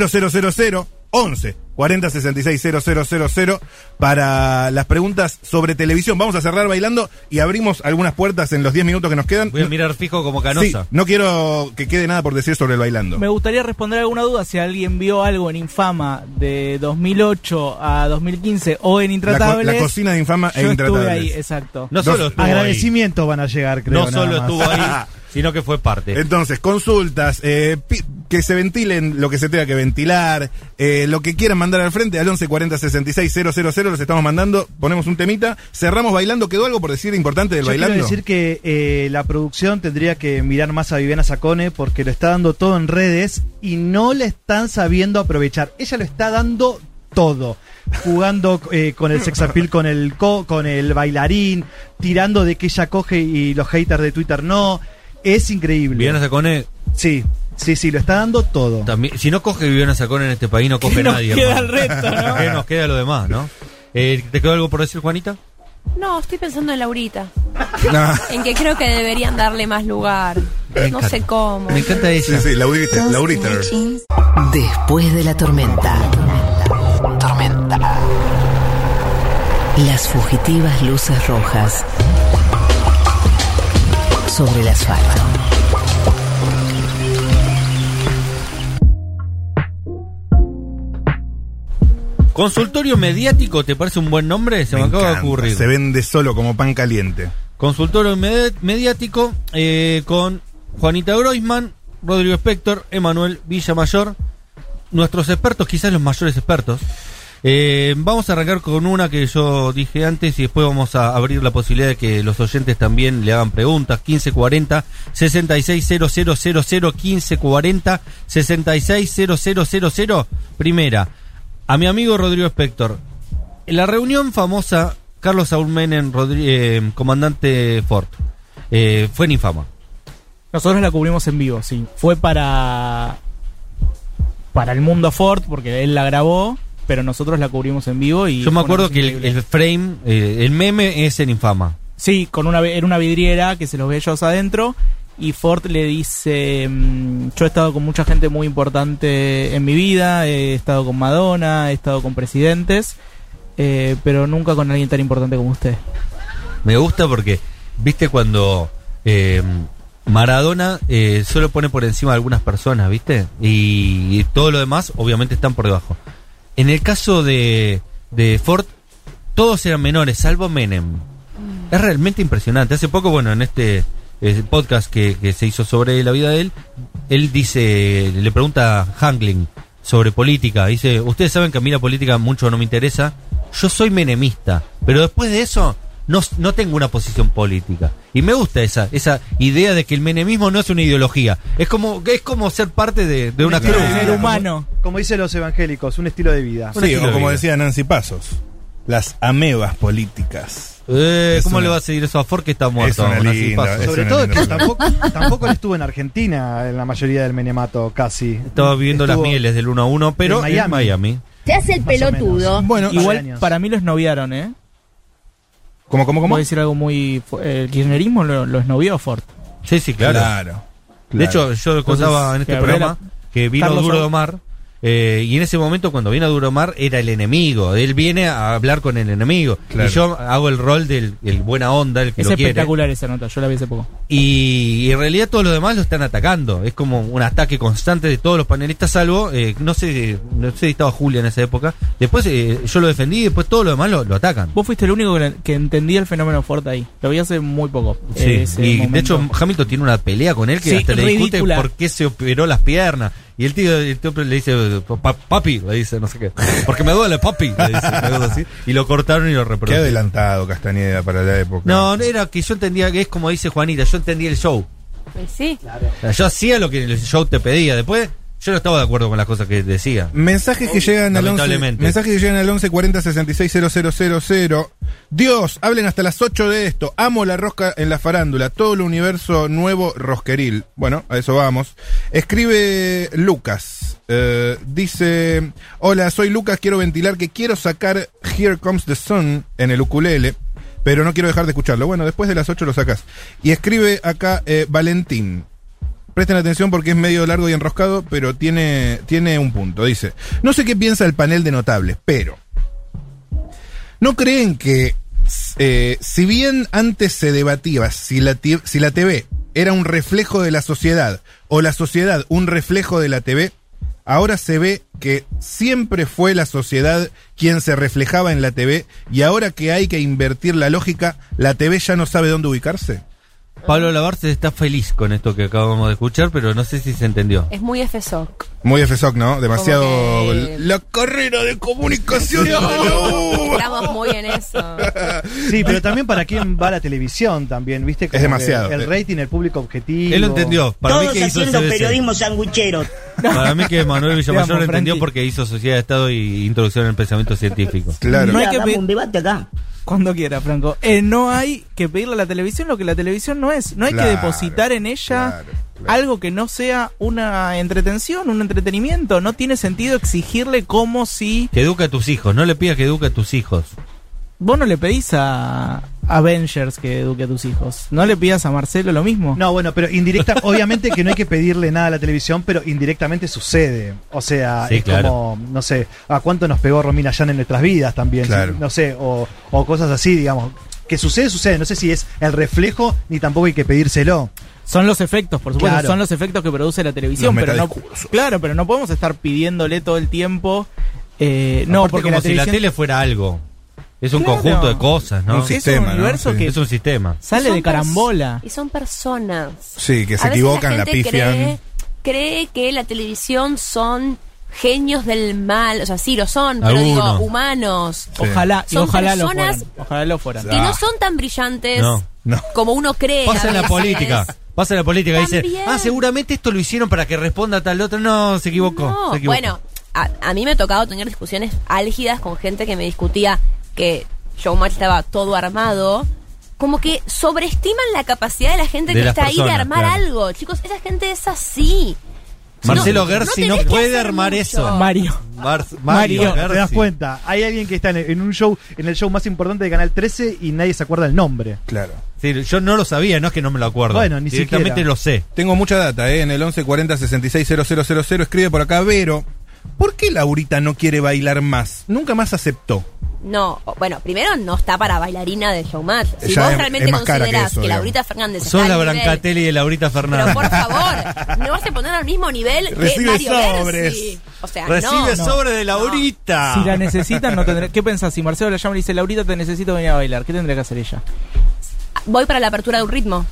Speaker 3: 0000 11 40 66 0000 para las preguntas sobre televisión. Vamos a cerrar bailando y abrimos algunas puertas en los 10 minutos que nos quedan.
Speaker 2: Voy a mirar fijo como
Speaker 3: Sí,
Speaker 2: canosa.
Speaker 3: no quiero que quede nada por decir sobre el bailando.
Speaker 5: Me gustaría responder alguna duda si alguien vio algo en Infama de 2008 a 2015 o en
Speaker 3: La, co-
Speaker 5: Intratables.
Speaker 3: la cocina de infama e
Speaker 5: yo estuve
Speaker 3: intratable.
Speaker 5: ahí, exacto.
Speaker 2: No
Speaker 3: Dos-
Speaker 2: solo estuvo ahí.
Speaker 6: Agradecimientos van a llegar, creo.
Speaker 2: No
Speaker 6: nada
Speaker 2: solo
Speaker 6: más.
Speaker 2: estuvo ahí, sino que fue parte.
Speaker 3: Entonces, consultas, eh, pi- que se ventilen lo que se tenga que ventilar, eh, lo que quieran mandar al frente al 11 40 66 000, los estamos mandando, ponemos un temita, cerramos bailando, ¿quedó algo por decir importante del
Speaker 6: Yo
Speaker 3: bailando?
Speaker 6: quiero decir que eh, la producción tendría que mirar más a Viviana Sacone porque lo está dando todo en redes y no le están sabiendo aprovechar. Ella lo está dando todo. Jugando eh, con el sex appeal, con el, co- con el bailarín, tirando de que ella coge y los haters de Twitter no. Es increíble.
Speaker 2: Viviana Sacone,
Speaker 6: Sí, sí, sí, lo está dando todo.
Speaker 2: también, si no coge Viviana Sacone en este país, no coge
Speaker 5: ¿Qué nos
Speaker 2: nadie.
Speaker 5: queda
Speaker 2: hermano.
Speaker 5: el resto, no?
Speaker 2: ¿Qué nos queda lo demás, no? Eh, ¿Te quedó algo por decir, Juanita?
Speaker 4: No, estoy pensando en Laurita.
Speaker 3: No.
Speaker 4: En que creo que deberían darle más lugar. No sé cómo.
Speaker 2: Me encanta
Speaker 3: Sí,
Speaker 2: ella.
Speaker 3: sí, Laurita, Laurita.
Speaker 1: Después de la tormenta. Tormenta. Las fugitivas luces rojas sobre el asfalto.
Speaker 2: Consultorio mediático, ¿te parece un buen nombre? Se me,
Speaker 3: Me
Speaker 2: acaba de
Speaker 3: encanta,
Speaker 2: ocurrir.
Speaker 3: Se vende solo como pan caliente.
Speaker 2: Consultorio med- mediático eh, con Juanita Groisman, Rodrigo Spector, Emanuel Villamayor, nuestros expertos, quizás los mayores expertos. Eh, vamos a arrancar con una que yo dije antes y después vamos a abrir la posibilidad de que los oyentes también le hagan preguntas. 1540 660000 1540 660000. Primera, a mi amigo Rodrigo Spector. En la reunión famosa, Carlos Saúl Menem, Rodri- eh, comandante Ford, eh, fue en infama.
Speaker 5: Nosotros la cubrimos en vivo, sí. Fue para. para el mundo Ford, porque él la grabó, pero nosotros la cubrimos en vivo y.
Speaker 2: Yo me
Speaker 5: fue una
Speaker 2: acuerdo
Speaker 5: cosa
Speaker 2: que el,
Speaker 5: increíble.
Speaker 2: el frame, eh, el meme es en infama.
Speaker 5: Sí, con una, ve- era una vidriera que se los ve ellos adentro. Y Ford le dice: mm, Yo he estado con mucha gente muy importante en mi vida. He estado con Madonna, he estado con presidentes. eh, pero nunca con alguien tan importante como usted.
Speaker 2: Me gusta porque, viste, cuando eh, Maradona eh, solo pone por encima de algunas personas, viste, y, todo lo demás, obviamente, están por debajo. En el caso de, de Ford, todos eran menores, salvo Menem. Es realmente impresionante. Hace poco, bueno, en este eh, podcast que, que se hizo sobre la vida de él, él dice, le pregunta a Hangling sobre política. Dice, ustedes saben que a mí la política mucho no me interesa. Yo soy menemista, pero después de eso no, no tengo una posición política. Y me gusta esa, esa idea de que el menemismo no es una ideología. Es como, es como ser parte de, de una cruz.
Speaker 5: El ser humano.
Speaker 6: Como dicen los evangélicos, un estilo de vida.
Speaker 2: Un
Speaker 3: Sí,
Speaker 2: estilo
Speaker 3: o
Speaker 2: de
Speaker 3: como
Speaker 2: vida.
Speaker 3: decía Nancy Pasos, las amebas políticas.
Speaker 2: Eh,
Speaker 3: Es
Speaker 2: ¿Cómo
Speaker 3: una-
Speaker 2: le va a seguir eso a Ford que está
Speaker 3: Es
Speaker 2: muerto?
Speaker 3: una
Speaker 2: Nancy
Speaker 3: linda,
Speaker 2: Paso?
Speaker 3: es
Speaker 6: Sobre
Speaker 3: una
Speaker 6: todo
Speaker 3: linda
Speaker 6: que
Speaker 3: película.
Speaker 6: tampoco, tampoco él estuvo en Argentina en la mayoría del menemato, casi.
Speaker 2: Estaba viviendo
Speaker 6: Estuvo-
Speaker 2: las mieles del 1 a 1, pero en
Speaker 6: en
Speaker 2: Miami.
Speaker 6: Miami.
Speaker 7: Se hace el
Speaker 6: Más o
Speaker 7: pelotudo.
Speaker 3: Bueno,
Speaker 6: Par de
Speaker 5: Igual
Speaker 6: años.
Speaker 5: para mí los noviaron, ¿eh?
Speaker 3: ¿cómo, cómo, cómo?
Speaker 5: Voy a decir algo muy. fu- El kirchnerismo lo, los novió Ford.
Speaker 2: Sí, sí, claro. De hecho, yo contaba en este
Speaker 5: que habrá
Speaker 2: programa que vino
Speaker 5: Carlos
Speaker 2: Duro de
Speaker 5: Saúl.
Speaker 2: Omar. eh, y en ese momento, cuando vino Duro de Omar, era el enemigo. Él viene a hablar con el enemigo.
Speaker 3: Claro.
Speaker 2: Y yo hago el rol del el buena onda, el que
Speaker 5: Es
Speaker 2: lo quiere.
Speaker 5: espectacular esa nota, yo la vi hace poco.
Speaker 2: Y, y en realidad, todos los demás lo están atacando. Es como un ataque constante de todos los panelistas, salvo, eh, no sé no sé si estaba Julia en esa época. Después eh, yo lo defendí y después todos los demás lo, lo atacan.
Speaker 5: Vos fuiste el único que, que entendía el fenómeno Ford ahí. Lo vi hace muy poco.
Speaker 2: Sí,
Speaker 5: Eh, ese
Speaker 2: y de
Speaker 5: momento.
Speaker 2: hecho Hamilton tiene una pelea con él que
Speaker 5: Sí,
Speaker 2: hasta le discute
Speaker 5: ridícula.
Speaker 2: por qué se operó las piernas. Y el tío, el tío le dice, "Pa- papi, le dice, no sé qué. Porque me duele, papi, le dice, una cosa así. Y lo cortaron y lo
Speaker 3: Qué
Speaker 2: reprodujeron.
Speaker 3: adelantado Castañeda para la época.
Speaker 2: No, no era que yo entendía que es como dice Juanita, yo entendía el show.
Speaker 4: Eh, Sí.
Speaker 2: O sea, Yo hacía lo que el show te pedía. Después Yo no estaba de acuerdo con las cosas que decía.
Speaker 3: Mensajes que llegan al 11,
Speaker 2: Lamentablemente.
Speaker 3: mensajes que llegan al 11 40 66 000. Dios, hablen hasta las 8 de esto. Amo la rosca en la farándula, todo el universo nuevo rosqueril. Bueno, a eso vamos. Escribe Lucas. eh, dice, "Hola, soy Lucas, quiero ventilar que quiero sacar Here Comes the Sun en el ukulele." Pero no quiero dejar de escucharlo. Bueno, después de las 8 lo sacas. Y escribe acá eh, Valentín. Presten atención porque es medio largo y enroscado, pero tiene, tiene un punto. Dice, no sé qué piensa el panel de notables, pero... ¿No creen que, eh, si bien antes se debatía si la, ti- si la TV era un reflejo de la sociedad o la sociedad un reflejo de la TV, ahora se ve que siempre fue la sociedad quien se reflejaba en la TV y ahora que hay que invertir la lógica, la TV ya no sabe dónde ubicarse?
Speaker 2: Pablo Labarce está feliz con esto que acabamos de escuchar, pero no sé si se entendió.
Speaker 4: Es muy FSOC.
Speaker 3: Muy FSOC, ¿no? Demasiado.
Speaker 4: Como que-
Speaker 3: La carrera de comunicación. No.
Speaker 4: Estamos muy en eso.
Speaker 6: Sí, pero también para quién va la televisión también, ¿viste? Como
Speaker 3: Es demasiado. eh.
Speaker 6: que El rating, el público objetivo.
Speaker 2: Él lo entendió. Para mí
Speaker 7: Todos
Speaker 2: que hizo
Speaker 7: haciendo
Speaker 2: CBC.
Speaker 7: periodismo sanguchero.
Speaker 2: Para mí que Manuel Villamayor
Speaker 5: <laughs> Te amo,
Speaker 2: lo entendió
Speaker 5: Frankie.
Speaker 2: porque hizo Sociedad de Estado y Introducción al Pensamiento Científico.
Speaker 3: Claro.
Speaker 5: No hay
Speaker 7: Mira,
Speaker 5: que
Speaker 7: dame
Speaker 5: pe-
Speaker 7: un debate acá.
Speaker 5: Cuando quiera, Franco. Eh, no hay que pedirle a la televisión lo que la televisión no es. No hay
Speaker 3: Claro,
Speaker 5: que depositar en ella
Speaker 3: claro, claro.
Speaker 5: algo que no sea una entretención, un entretenimiento. No tiene sentido exigirle como si
Speaker 2: Que educa a tus hijos, no le pidas que educa a tus hijos.
Speaker 5: vos no le pedís a Avengers que eduque a tus hijos. No le pidas a Marcelo lo mismo.
Speaker 6: No, bueno, pero indirecta, <laughs> obviamente que no hay que pedirle nada a la televisión, pero indirectamente sucede. O sea,
Speaker 2: Sí,
Speaker 6: es como, no sé, a cuánto nos pegó Romina Yan en nuestras vidas también,
Speaker 3: Claro.
Speaker 6: no sé, o, o cosas así, digamos. Que sucede, sucede. No sé si es el reflejo ni tampoco hay que pedírselo.
Speaker 5: Son los efectos, por supuesto,
Speaker 6: Claro.
Speaker 5: son los efectos que produce la televisión,
Speaker 3: Los
Speaker 5: pero no
Speaker 3: metadiscursos.
Speaker 5: Claro, pero no podemos estar pidiéndole todo el tiempo eh, no,
Speaker 2: Aparte,
Speaker 5: porque
Speaker 2: como
Speaker 5: la
Speaker 2: si
Speaker 5: televisión
Speaker 2: la tele fuera algo. Es un
Speaker 5: Claro.
Speaker 2: conjunto de cosas, ¿no? Ah,
Speaker 3: Un
Speaker 5: es
Speaker 3: sistema,
Speaker 5: un
Speaker 3: ¿no?
Speaker 5: universo
Speaker 3: Sí.
Speaker 5: que
Speaker 2: Es un sistema.
Speaker 5: sale
Speaker 4: Son
Speaker 5: de carambola.
Speaker 4: pers- Y son personas.
Speaker 3: Sí, que se
Speaker 4: A veces
Speaker 3: equivocan, la,
Speaker 4: gente
Speaker 3: pifian.
Speaker 4: Cree, cree que la televisión son genios del mal. O sea, sí lo son, pero
Speaker 2: Algunos.
Speaker 4: digo, humanos.
Speaker 3: Sí.
Speaker 5: Ojalá, y
Speaker 4: Son
Speaker 5: ojalá lo
Speaker 4: personas-
Speaker 5: fueran. Ojalá lo fueran.
Speaker 4: Que no son tan brillantes
Speaker 2: Ah. No,
Speaker 3: no.
Speaker 4: como uno cree.
Speaker 2: Pasa en
Speaker 4: a
Speaker 2: la
Speaker 4: veces.
Speaker 2: política. Pasa en la política. Dice,
Speaker 4: También.
Speaker 2: ah, seguramente esto lo hicieron para que responda a tal otro. No, se equivocó.
Speaker 4: No,
Speaker 2: se equivocó.
Speaker 4: bueno, a, a mí me ha tocado tener discusiones álgidas con gente que me discutía que Showmatch estaba todo armado. Como que sobreestiman la capacidad de la gente
Speaker 2: De
Speaker 4: que
Speaker 2: las
Speaker 4: está ahí de
Speaker 2: personas,
Speaker 4: armar
Speaker 2: claro.
Speaker 4: algo. Chicos, esa gente es así.
Speaker 2: Marcelo
Speaker 4: No,
Speaker 2: Gersi
Speaker 4: no
Speaker 2: no,
Speaker 4: tenés que
Speaker 2: puede
Speaker 4: hacer
Speaker 2: armar
Speaker 4: mucho.
Speaker 2: eso.
Speaker 5: Mario.
Speaker 2: Mar-
Speaker 6: <laughs>
Speaker 5: Mario,
Speaker 6: Te das
Speaker 2: Gersi.
Speaker 6: cuenta, hay alguien que está en, en un show, en el show más importante de Canal 13 y nadie se acuerda el nombre.
Speaker 3: Claro.
Speaker 2: Sí, yo no lo sabía, no es que no me lo acuerdo.
Speaker 6: Bueno, ni
Speaker 2: Directamente
Speaker 6: siquiera.
Speaker 2: lo sé.
Speaker 3: Tengo mucha data, ¿eh? En el 11 40 66 000. Escribe por acá Vero. ¿Por qué Laurita no quiere bailar más? Nunca más aceptó.
Speaker 4: No, o- bueno, primero no está para bailarina de Showmatch. Si
Speaker 3: Ella
Speaker 4: vos
Speaker 3: es- es
Speaker 4: realmente
Speaker 3: más cara que
Speaker 4: considerás
Speaker 3: eso,
Speaker 4: que,
Speaker 3: digamos.
Speaker 4: Laurita Fernández
Speaker 2: Sos
Speaker 4: está
Speaker 2: la
Speaker 4: al nivel-
Speaker 2: Brancatelli de Laurita
Speaker 4: Pero
Speaker 2: Fernández.
Speaker 4: por favor, no vas a poner al mismo nivel que
Speaker 3: Recibe
Speaker 4: Mario
Speaker 3: sobres.
Speaker 4: Gersi. O
Speaker 2: <laughs>
Speaker 4: sea,
Speaker 2: Recibe
Speaker 4: no,
Speaker 2: sobre de
Speaker 4: no.
Speaker 2: Laurita.
Speaker 5: Si la necesitan, no tendrá. ¿Qué pensás? Si Marcelo la llama y le dice, Laurita, te necesito venir a bailar. ¿Qué tendría que hacer ella?
Speaker 4: Voy para la apertura de un ritmo.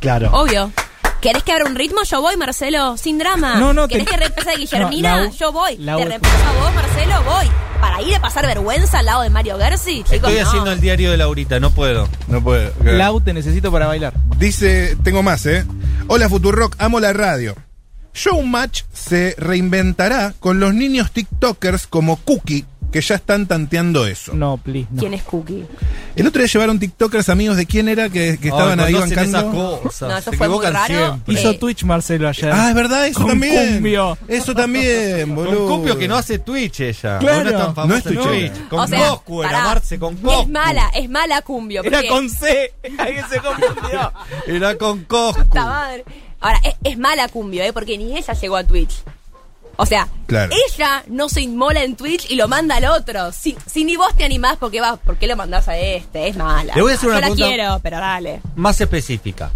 Speaker 6: Claro.
Speaker 4: Obvio. ¿Querés que abra un ritmo? Yo voy, Marcelo, sin drama.
Speaker 5: No, no,
Speaker 4: ¿Querés
Speaker 5: te-
Speaker 4: que reemplace a Guillermina?
Speaker 5: No, la-
Speaker 4: Yo voy.
Speaker 5: la-
Speaker 4: ¿Te reemplazo a vos, Marcelo? Voy. ¿Para ir a pasar vergüenza al lado de Mario Gersi? Chicos,
Speaker 2: Estoy
Speaker 4: no.
Speaker 2: haciendo el diario de Laurita, no puedo.
Speaker 3: No puedo.
Speaker 5: Lau, te necesito para bailar.
Speaker 3: Dice, tengo más, ¿eh? Hola Futurock, amo la radio. Showmatch se reinventará con los niños TikTokers como Cookie, que ya están tanteando eso.
Speaker 5: No, please. No.
Speaker 4: ¿Quién es Cookie?
Speaker 3: El otro día llevaron TikTokers amigos de quién era que, que estaban
Speaker 2: Ay,
Speaker 3: ahí
Speaker 2: conocen esas
Speaker 3: bancando.
Speaker 2: cosas,
Speaker 4: No, eso
Speaker 2: se
Speaker 4: fue muy
Speaker 2: equivocan
Speaker 4: raro.
Speaker 2: siempre.
Speaker 5: Hizo
Speaker 4: Eh.
Speaker 5: Twitch Marcelo ayer.
Speaker 3: Ah, es verdad, eso
Speaker 5: Con
Speaker 3: también.
Speaker 5: cumbio.
Speaker 3: Eso también,
Speaker 2: Con
Speaker 3: boludo.
Speaker 2: Cupio que no hace Twitch ella.
Speaker 5: Claro.
Speaker 2: No es, tan famosa
Speaker 3: No es
Speaker 2: en
Speaker 3: Twitch.
Speaker 2: Twitch. Con
Speaker 4: O sea,
Speaker 2: Coscu era,
Speaker 4: pará.
Speaker 2: Marce, con
Speaker 4: Es
Speaker 2: Coscu.
Speaker 4: mala, es mala cumbio.
Speaker 5: Era
Speaker 4: porque-
Speaker 5: con C. <laughs> Alguien se confundió.
Speaker 2: Era con Coscu.
Speaker 4: Puta madre. Ahora, es, es mala cumbio, ¿eh? Porque ni ella llegó a Twitch. O sea,
Speaker 3: Claro.
Speaker 4: ella no se inmola en Twitch y lo manda al otro. Si, si ni vos te animás, porque vas, ¿por qué lo mandás a este? Es mala.
Speaker 2: Le voy a hacer una
Speaker 4: Yo la
Speaker 2: pregunta-
Speaker 4: quiero, pero dale.
Speaker 2: Más específica.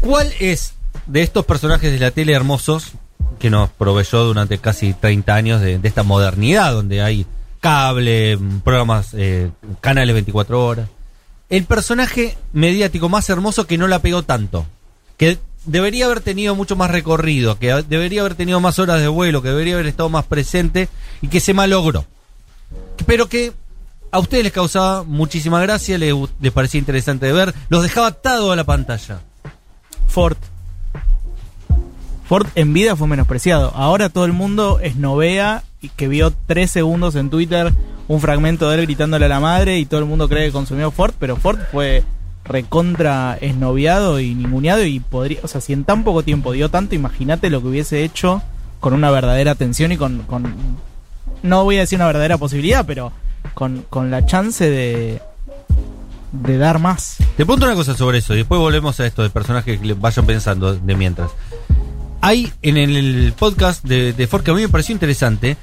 Speaker 2: ¿Cuál es de estos personajes de la tele hermosos que nos proveyó durante casi 30 años de, de esta modernidad donde hay cable, mm, programas, eh, canales 24 horas? El personaje mediático más hermoso que no la pegó tanto. Que debería haber tenido mucho más recorrido, que a- debería haber tenido más horas de vuelo, que debería haber estado más presente y que se malogró. Pero que a ustedes les causaba muchísima gracia, les, gu- les parecía interesante de ver, los dejaba atado a la pantalla.
Speaker 5: Ford. Ford en vida fue menospreciado. Ahora todo el mundo es novea y que vio tres segundos en Twitter un fragmento de él gritándole a la madre y todo el mundo cree que consumió Ford, pero Ford fue recontra esnoviado y ninguneado y podría, o sea, si en tan poco tiempo dio tanto, imagínate lo que hubiese hecho con una verdadera atención y con, con no voy a decir una verdadera posibilidad, pero con, con la chance de, de dar más.
Speaker 2: Te pregunto una cosa sobre eso, y después volvemos a esto de personajes que le vayan pensando de mientras. Hay en el podcast de, de Ford que a mí me pareció interesante,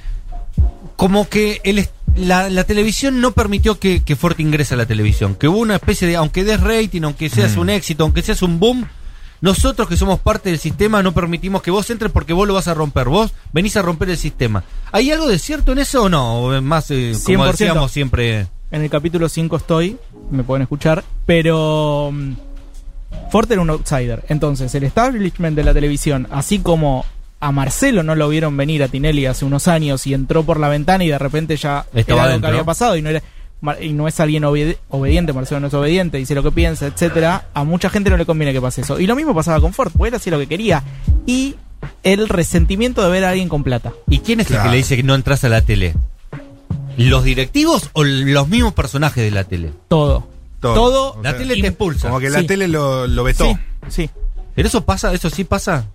Speaker 2: como que el est- la, la televisión no permitió que, que Ford ingrese a la televisión, que hubo una especie de, aunque des rating, aunque seas un éxito, aunque seas un boom, nosotros que somos parte del sistema no permitimos que vos entres porque vos lo vas a romper, vos venís a romper el sistema. ¿Hay algo de cierto en eso o no? O es Más, eh, como
Speaker 5: 100%.
Speaker 2: decíamos siempre...
Speaker 5: En el capítulo 5 estoy, me pueden escuchar, pero mm, Ford era un outsider. Entonces, el establishment de la televisión, así como a Marcelo no lo vieron venir a Tinelli hace unos años y entró por la ventana y de repente ya
Speaker 2: Estaba
Speaker 5: era algo que
Speaker 2: adentro.
Speaker 5: había pasado y no era Mar- y no es alguien obede- obediente, Marcelo no es obediente, dice lo que piensa, etcétera, a mucha gente no le conviene que pase eso. Y lo mismo pasaba con Ford, porque él hacía lo que quería y el resentimiento de ver a alguien con plata.
Speaker 2: ¿Y quién es el
Speaker 3: Claro.
Speaker 2: que le dice que no entras a la tele? ¿Los directivos o los mismos personajes de la tele?
Speaker 5: Todo.
Speaker 3: Todo.
Speaker 5: Todo.
Speaker 2: La tele te expulsa.
Speaker 3: Como que la
Speaker 5: Sí.
Speaker 3: tele lo, lo vetó.
Speaker 5: Sí, sí.
Speaker 2: ¿Pero eso pasa? ¿Eso sí pasa?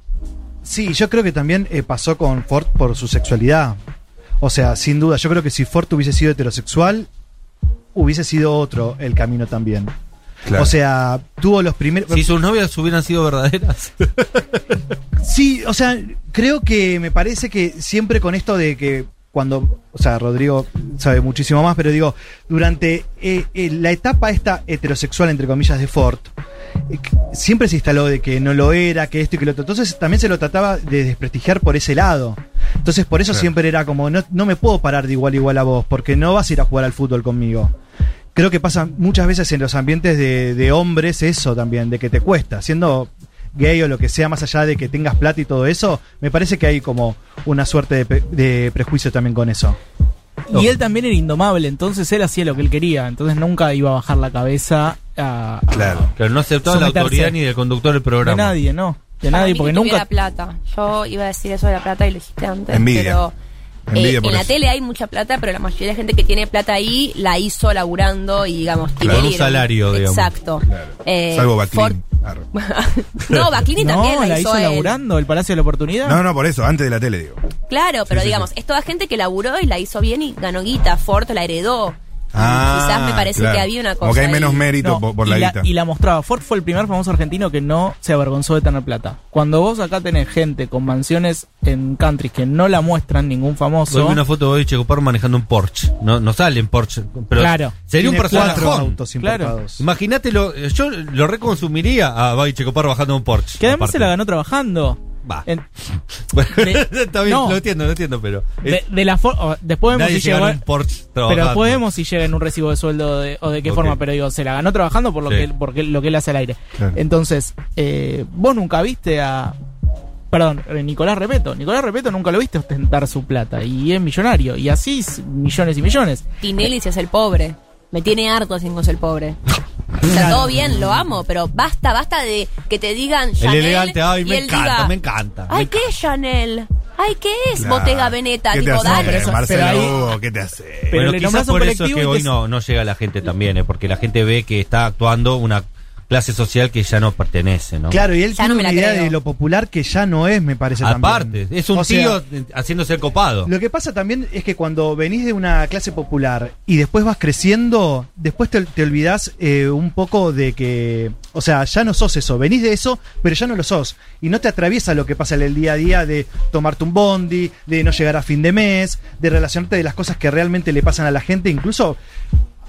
Speaker 6: Sí, yo creo que también eh, pasó con Ford por su sexualidad. O sea, sin duda, yo creo que si Ford hubiese sido heterosexual, hubiese sido otro el camino también.
Speaker 3: Claro.
Speaker 6: O sea, tuvo los primeros...
Speaker 2: Si sus novias hubieran sido verdaderas.
Speaker 6: Sí, o sea, creo que me parece que siempre con esto de que cuando, o sea, Rodrigo sabe muchísimo más, pero digo, durante eh, eh, la etapa esta heterosexual, entre comillas, de Ford, eh, que siempre se instaló de que no lo era, que esto y que lo otro. Entonces también se lo trataba de desprestigiar por ese lado. Entonces por eso
Speaker 3: Claro.
Speaker 6: siempre era como, no, no me puedo parar de igual a igual a vos, porque no vas a ir a jugar al fútbol conmigo. Creo que pasa muchas veces en los ambientes de, de hombres eso también, de que te cuesta, siendo gay o lo que sea, más allá de que tengas plata y todo eso, me parece que hay como una suerte de, pe- de prejuicio también con eso.
Speaker 5: Y él también era indomable, entonces él hacía lo que él quería, entonces nunca iba a bajar la cabeza a, a-
Speaker 3: Claro.
Speaker 2: <laughs> Claro, no aceptaba la
Speaker 5: Someterse.
Speaker 2: autoridad ni del conductor del programa.
Speaker 5: de nadie, no, de
Speaker 4: Para
Speaker 5: nadie,
Speaker 4: mí
Speaker 5: porque
Speaker 4: que tuviera
Speaker 5: nunca...
Speaker 4: plata. Yo iba a decir eso de la plata y lo dijiste antes.
Speaker 3: Envidia.
Speaker 4: Pero,
Speaker 3: Envidia
Speaker 4: eh,
Speaker 3: por
Speaker 4: en la
Speaker 3: eso.
Speaker 4: tele hay mucha plata, pero la mayoría de gente que tiene plata ahí la hizo laburando y, digamos,
Speaker 2: Claro,
Speaker 4: Tinelli
Speaker 2: un
Speaker 4: era
Speaker 2: salario, digamos.
Speaker 4: Exacto.
Speaker 3: Claro.
Speaker 4: Eh,
Speaker 3: Salvo Batlin.
Speaker 4: Ford-
Speaker 3: Arre.
Speaker 4: <laughs> no, Baclini
Speaker 5: <laughs>
Speaker 4: también
Speaker 5: No, la hizo
Speaker 4: él.
Speaker 5: laburando, el Palacio de la Oportunidad.
Speaker 3: No, no, por eso, antes de la tele, digo.
Speaker 4: Claro, pero
Speaker 3: Sí, sí,
Speaker 4: digamos,
Speaker 3: sí.
Speaker 4: es toda gente que laburó y la hizo bien y ganó guita. Ford la heredó.
Speaker 3: Ah,
Speaker 4: Quizás me parece
Speaker 3: claro.
Speaker 4: que había una cosa.
Speaker 3: Como que hay
Speaker 4: ahí.
Speaker 3: menos mérito
Speaker 5: No,
Speaker 3: por, por
Speaker 5: y
Speaker 3: la guita.
Speaker 5: y la mostraba. Ford fue el primer famoso argentino que no se avergonzó de tener plata. Cuando vos acá tenés gente con mansiones en countries que no la muestran ningún
Speaker 2: Hoy
Speaker 5: famoso,
Speaker 2: vi una foto de Boy Checopar manejando un Porsche. No, no sale en Porsche. Pero
Speaker 5: Claro.
Speaker 2: Sería un
Speaker 6: Tiene cuatro
Speaker 2: personajón.
Speaker 6: autos
Speaker 5: Claro.
Speaker 6: importados.
Speaker 2: Imagínatelo, eh, yo lo reconsumiría a Boy Checopar bajando un Porsche.
Speaker 5: que además
Speaker 2: aparte.
Speaker 5: se la ganó trabajando.
Speaker 2: Va.
Speaker 5: En-
Speaker 2: Bueno,
Speaker 5: de-
Speaker 2: <laughs> Está bien,
Speaker 5: no.
Speaker 2: lo entiendo, lo entiendo, pero.
Speaker 5: de,
Speaker 2: eh,
Speaker 5: de la for- o- después vemos
Speaker 2: nadie
Speaker 5: si
Speaker 2: llega
Speaker 5: llegó-
Speaker 2: a un Porsche trabajando.
Speaker 5: Pero podemos si llega en un recibo de sueldo de- o de qué
Speaker 2: Ok.
Speaker 5: forma, pero digo, se la ganó trabajando por lo
Speaker 2: Sí.
Speaker 5: que él- porque lo que él hace al aire.
Speaker 3: Claro.
Speaker 5: Entonces, eh, vos nunca viste a perdón, eh, Nicolás Repeto, Nicolás Repeto nunca lo viste ostentar su plata y es millonario y así s- millones y millones.
Speaker 4: Tinelli se hace el pobre. Me tiene harto sin ser el pobre. O sea, todo bien, lo amo, pero basta, basta de que te digan Chanel
Speaker 2: elegante, ay,
Speaker 4: y
Speaker 2: me
Speaker 4: él
Speaker 2: encanta,
Speaker 4: diga,
Speaker 2: me encanta, me
Speaker 4: Ay, ¿qué es Chanel? Ay, ¿qué es
Speaker 3: Claro.
Speaker 4: Bottega Veneta?
Speaker 3: ¿Qué te
Speaker 4: Tipo,
Speaker 3: hace,
Speaker 4: dale.
Speaker 5: pero eso-
Speaker 3: Marcelo
Speaker 5: pero ahí-
Speaker 3: Hugo, ¿qué te hace?
Speaker 5: Pero
Speaker 2: bueno,
Speaker 5: le
Speaker 2: quizás
Speaker 5: nombrás un
Speaker 2: por eso es
Speaker 5: colectivo
Speaker 2: que
Speaker 5: y
Speaker 2: hoy
Speaker 5: te-
Speaker 2: no, no llega a la gente también, ¿eh? porque la gente ve que está actuando una clase social que ya no pertenece, ¿no?
Speaker 6: Claro, y él
Speaker 4: Ya
Speaker 6: tiene
Speaker 4: no me la
Speaker 6: una idea
Speaker 4: creo.
Speaker 6: de lo popular que ya no es, me parece también.
Speaker 2: Aparte, es un
Speaker 6: O sea,
Speaker 2: tío eh, haciéndose el copado.
Speaker 6: Lo que pasa también es que cuando venís de una clase popular y después vas creciendo, después te, te olvidás eh, un poco de que, o sea, ya no sos eso, venís de eso, pero ya no lo sos. Y no te atraviesa lo que pasa en el día a día de tomarte un bondi, de no llegar a fin de mes, de relacionarte de las cosas que realmente le pasan a la gente, incluso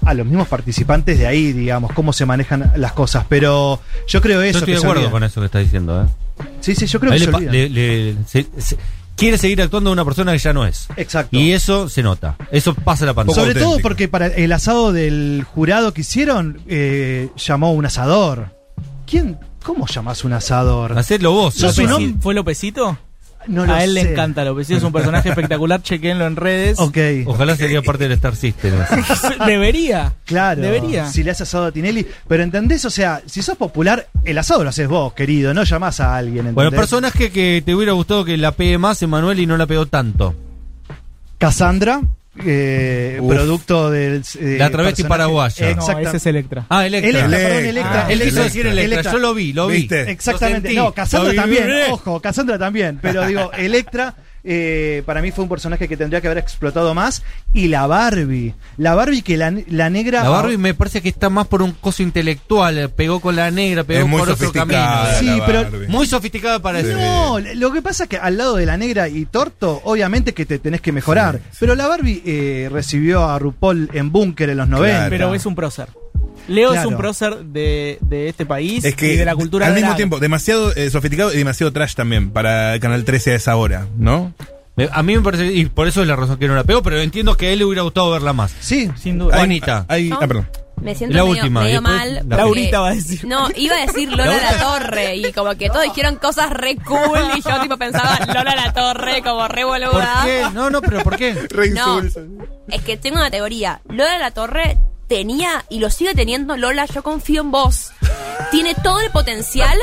Speaker 6: a los mismos participantes de ahí, digamos, cómo se manejan las cosas. Pero yo creo
Speaker 2: Yo
Speaker 6: eso.
Speaker 2: estoy
Speaker 6: que
Speaker 2: de
Speaker 6: se
Speaker 2: acuerdo
Speaker 6: olvida.
Speaker 2: con eso que está diciendo, ¿eh?
Speaker 6: Sí, sí, yo creo
Speaker 2: Ahí le
Speaker 6: que se
Speaker 2: pa-
Speaker 6: olvida.
Speaker 2: le- le- se- se- quiere seguir actuando una persona que ya no es.
Speaker 6: Exacto.
Speaker 2: Y eso se nota. Eso pasa la pantalla.
Speaker 6: Sobre todo
Speaker 3: auténtico.
Speaker 6: porque para el asado del jurado que hicieron, eh, llamó un asador. ¿Quién? ¿Cómo llamás un asador?
Speaker 2: Hacedlo vos.
Speaker 6: Sos
Speaker 2: López.
Speaker 6: un hombre.
Speaker 5: ¿Fue Lopecito?
Speaker 6: No lo
Speaker 5: a él
Speaker 6: sé.
Speaker 5: le encanta López. Es un
Speaker 6: <laughs>
Speaker 5: personaje espectacular, chequenlo en redes.
Speaker 6: Ok.
Speaker 2: Ojalá sería parte del Star
Speaker 6: <laughs>
Speaker 2: System.
Speaker 5: <laughs> Debería.
Speaker 6: Claro,
Speaker 5: Debería.
Speaker 6: si le haces asado a Tinelli. Pero entendés, o sea, si sos popular, el asado lo haces vos, querido, no llamás a alguien. ¿entendés?
Speaker 2: Bueno, personaje que te hubiera gustado que la pegue más, Emanuel, y no la pegó tanto.
Speaker 6: Cassandra, eh,
Speaker 2: Uf.
Speaker 6: producto del. eh,
Speaker 2: La travesti
Speaker 6: personaje-
Speaker 2: paraguaya.
Speaker 5: No,
Speaker 6: Exacta-
Speaker 5: ese es Electra.
Speaker 2: Ah, Electra.
Speaker 6: Electra,
Speaker 2: Electra.
Speaker 6: perdón, Electra.
Speaker 2: Él quiso
Speaker 3: Electra.
Speaker 2: decir Electra.
Speaker 6: Electra.
Speaker 2: Yo lo vi, lo vi.
Speaker 3: ¿Viste?
Speaker 6: Exactamente.
Speaker 2: Lo sentí.
Speaker 6: No, Cassandra
Speaker 2: Lo vi,
Speaker 6: también.
Speaker 2: vibré.
Speaker 6: Ojo, Cassandra también. Pero digo, Electra. eh, para mí fue un personaje que tendría que haber explotado más. Y la Barbie. La Barbie que la, la negra.
Speaker 2: La Barbie me parece que está más por un coso intelectual. eh, Pegó con la negra, pegó
Speaker 3: Es muy
Speaker 2: por otro camino.
Speaker 3: sofisticada.
Speaker 6: Sí,
Speaker 3: la
Speaker 6: pero-
Speaker 3: Barbie.
Speaker 2: Muy sofisticada para eso.
Speaker 6: No, lo que pasa es que al lado de la negra y Torto, obviamente que te tenés que mejorar. Pero la Barbie eh, recibió a RuPaul en búnker en los 90.
Speaker 5: Pero es un prócer. Leo es
Speaker 6: Claro.
Speaker 5: un prócer de, de este país
Speaker 3: Es que
Speaker 5: y de la cultura
Speaker 3: al
Speaker 5: drag.
Speaker 3: mismo tiempo, demasiado eh, sofisticado y demasiado trash también para Canal 13 a esa hora, ¿no?
Speaker 2: Me- A mí me parece, y por eso es la razón que no la pegó, pero entiendo que a él le hubiera gustado verla más.
Speaker 6: Sí.
Speaker 5: Sin duda.
Speaker 2: Juanita.
Speaker 3: Hay-
Speaker 4: No.
Speaker 3: ah, perdón.
Speaker 4: Me siento
Speaker 2: La
Speaker 4: medio,
Speaker 2: última,
Speaker 4: medio
Speaker 2: después
Speaker 4: mal.
Speaker 2: la-
Speaker 4: porque-
Speaker 5: Laurita va a decir.
Speaker 4: No, iba a decir Lola la Torre. Y como que todos dijeron cosas re cool. Y yo, tipo, pensaba Lola la Torre como re boluda.
Speaker 2: ¿Por qué? No, no, pero ¿por qué?
Speaker 4: No, es que tengo una teoría. Lola La Torre tenía y lo sigue teniendo Lola, yo confío en vos. Tiene todo el potencial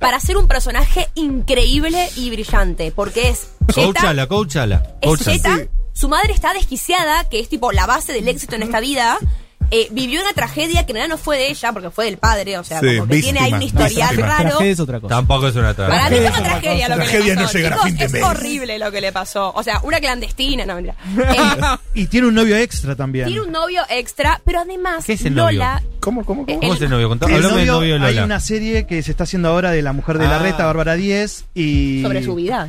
Speaker 4: para ser un personaje increíble y brillante, porque es Jetta,
Speaker 2: Coachala, coachala.
Speaker 4: es Jetta, su madre está desquiciada, que es tipo la base del éxito en esta vida. eh, vivió una tragedia que en realidad no fue de ella, porque fue del padre, o sea,
Speaker 3: Sí,
Speaker 4: como que tiene ahí un
Speaker 3: víctima,
Speaker 4: historial
Speaker 3: víctima.
Speaker 4: raro.
Speaker 5: Tragedia es otra cosa.
Speaker 2: Tampoco es una
Speaker 4: Para mí
Speaker 2: tarea.
Speaker 4: es una tragedia lo que
Speaker 3: Tragedia
Speaker 4: le
Speaker 3: no
Speaker 4: pasó.
Speaker 3: llegar a
Speaker 4: Chicos,
Speaker 3: fin de
Speaker 4: es
Speaker 3: mes.
Speaker 4: horrible lo que le pasó. O sea, una clandestina,
Speaker 3: <laughs>
Speaker 4: no mentira. Eh,
Speaker 6: Y tiene un novio extra también.
Speaker 4: Tiene un novio extra, pero además
Speaker 2: ¿Qué es el
Speaker 4: Lola.
Speaker 3: ¿Cómo, cómo, cómo?
Speaker 2: ¿Cómo es el novio? Contá-
Speaker 6: El
Speaker 2: Hablame del novio de
Speaker 6: Hay
Speaker 2: Lola.
Speaker 6: una serie que se está haciendo ahora de la mujer de la
Speaker 2: Ah.
Speaker 6: reta, Bárbara Díez. Y...
Speaker 4: Sobre su vida.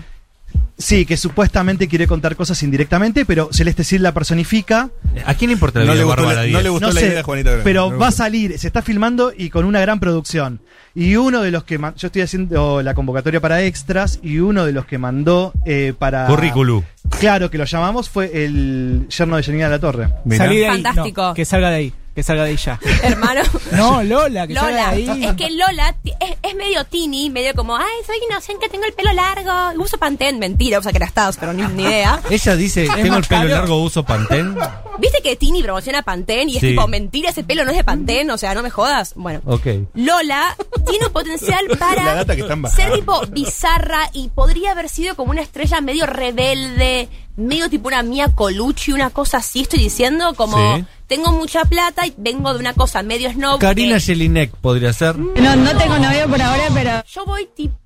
Speaker 6: Sí, que supuestamente quiere contar cosas indirectamente, pero Celeste Cid la personifica.
Speaker 2: ¿A quién le importa la
Speaker 3: No
Speaker 2: vida
Speaker 3: le
Speaker 2: de
Speaker 3: gustó
Speaker 2: Bárbara
Speaker 3: la-
Speaker 2: Díaz?
Speaker 3: no le gustó.
Speaker 6: No
Speaker 3: la
Speaker 6: sé,
Speaker 3: idea de Juanita Grande. Me
Speaker 6: pero
Speaker 3: gustó.
Speaker 6: va a salir, se está filmando y con una gran producción. Y uno de los que man- yo estoy haciendo la convocatoria para extras y uno de los que mandó eh, para
Speaker 2: Currículum.
Speaker 6: Claro que lo llamamos fue el yerno de Janina de la Torre.
Speaker 3: Mirá.
Speaker 5: Salí de ahí.
Speaker 4: Fantástico.
Speaker 5: No, que salga de ahí. Que salga de ahí <laughs> ya.
Speaker 4: Hermano.
Speaker 5: No, Lola, que
Speaker 4: Lola.
Speaker 5: salga de ahí.
Speaker 4: Es que Lola ti- es, es medio tini, medio como, ay, soy inocente, tengo el pelo largo, y uso pantén. Mentira, usa crestados, pero ni, ni idea.
Speaker 2: Ella dice, tengo el
Speaker 5: más
Speaker 2: pelo
Speaker 5: caro.
Speaker 2: largo, uso pantén.
Speaker 4: ¿Viste que Tini promociona pantén y es
Speaker 2: Sí.
Speaker 4: tipo, mentira, ese pelo no es de pantén? O sea, no me jodas. Bueno.
Speaker 2: Ok.
Speaker 4: Lola tiene un
Speaker 2: <laughs>
Speaker 4: potencial
Speaker 3: La
Speaker 4: para
Speaker 3: data que están
Speaker 4: ser
Speaker 3: bajando.
Speaker 4: tipo bizarra y podría haber sido como una estrella medio rebelde, medio tipo una Mia Colucci, una cosa así. Estoy diciendo como
Speaker 2: Sí.
Speaker 4: tengo mucha plata y vengo de una cosa medio snob.
Speaker 2: Karina
Speaker 4: que
Speaker 2: Jelinek podría ser.
Speaker 7: No, no tengo novio por ahora, pero
Speaker 4: yo voy tipo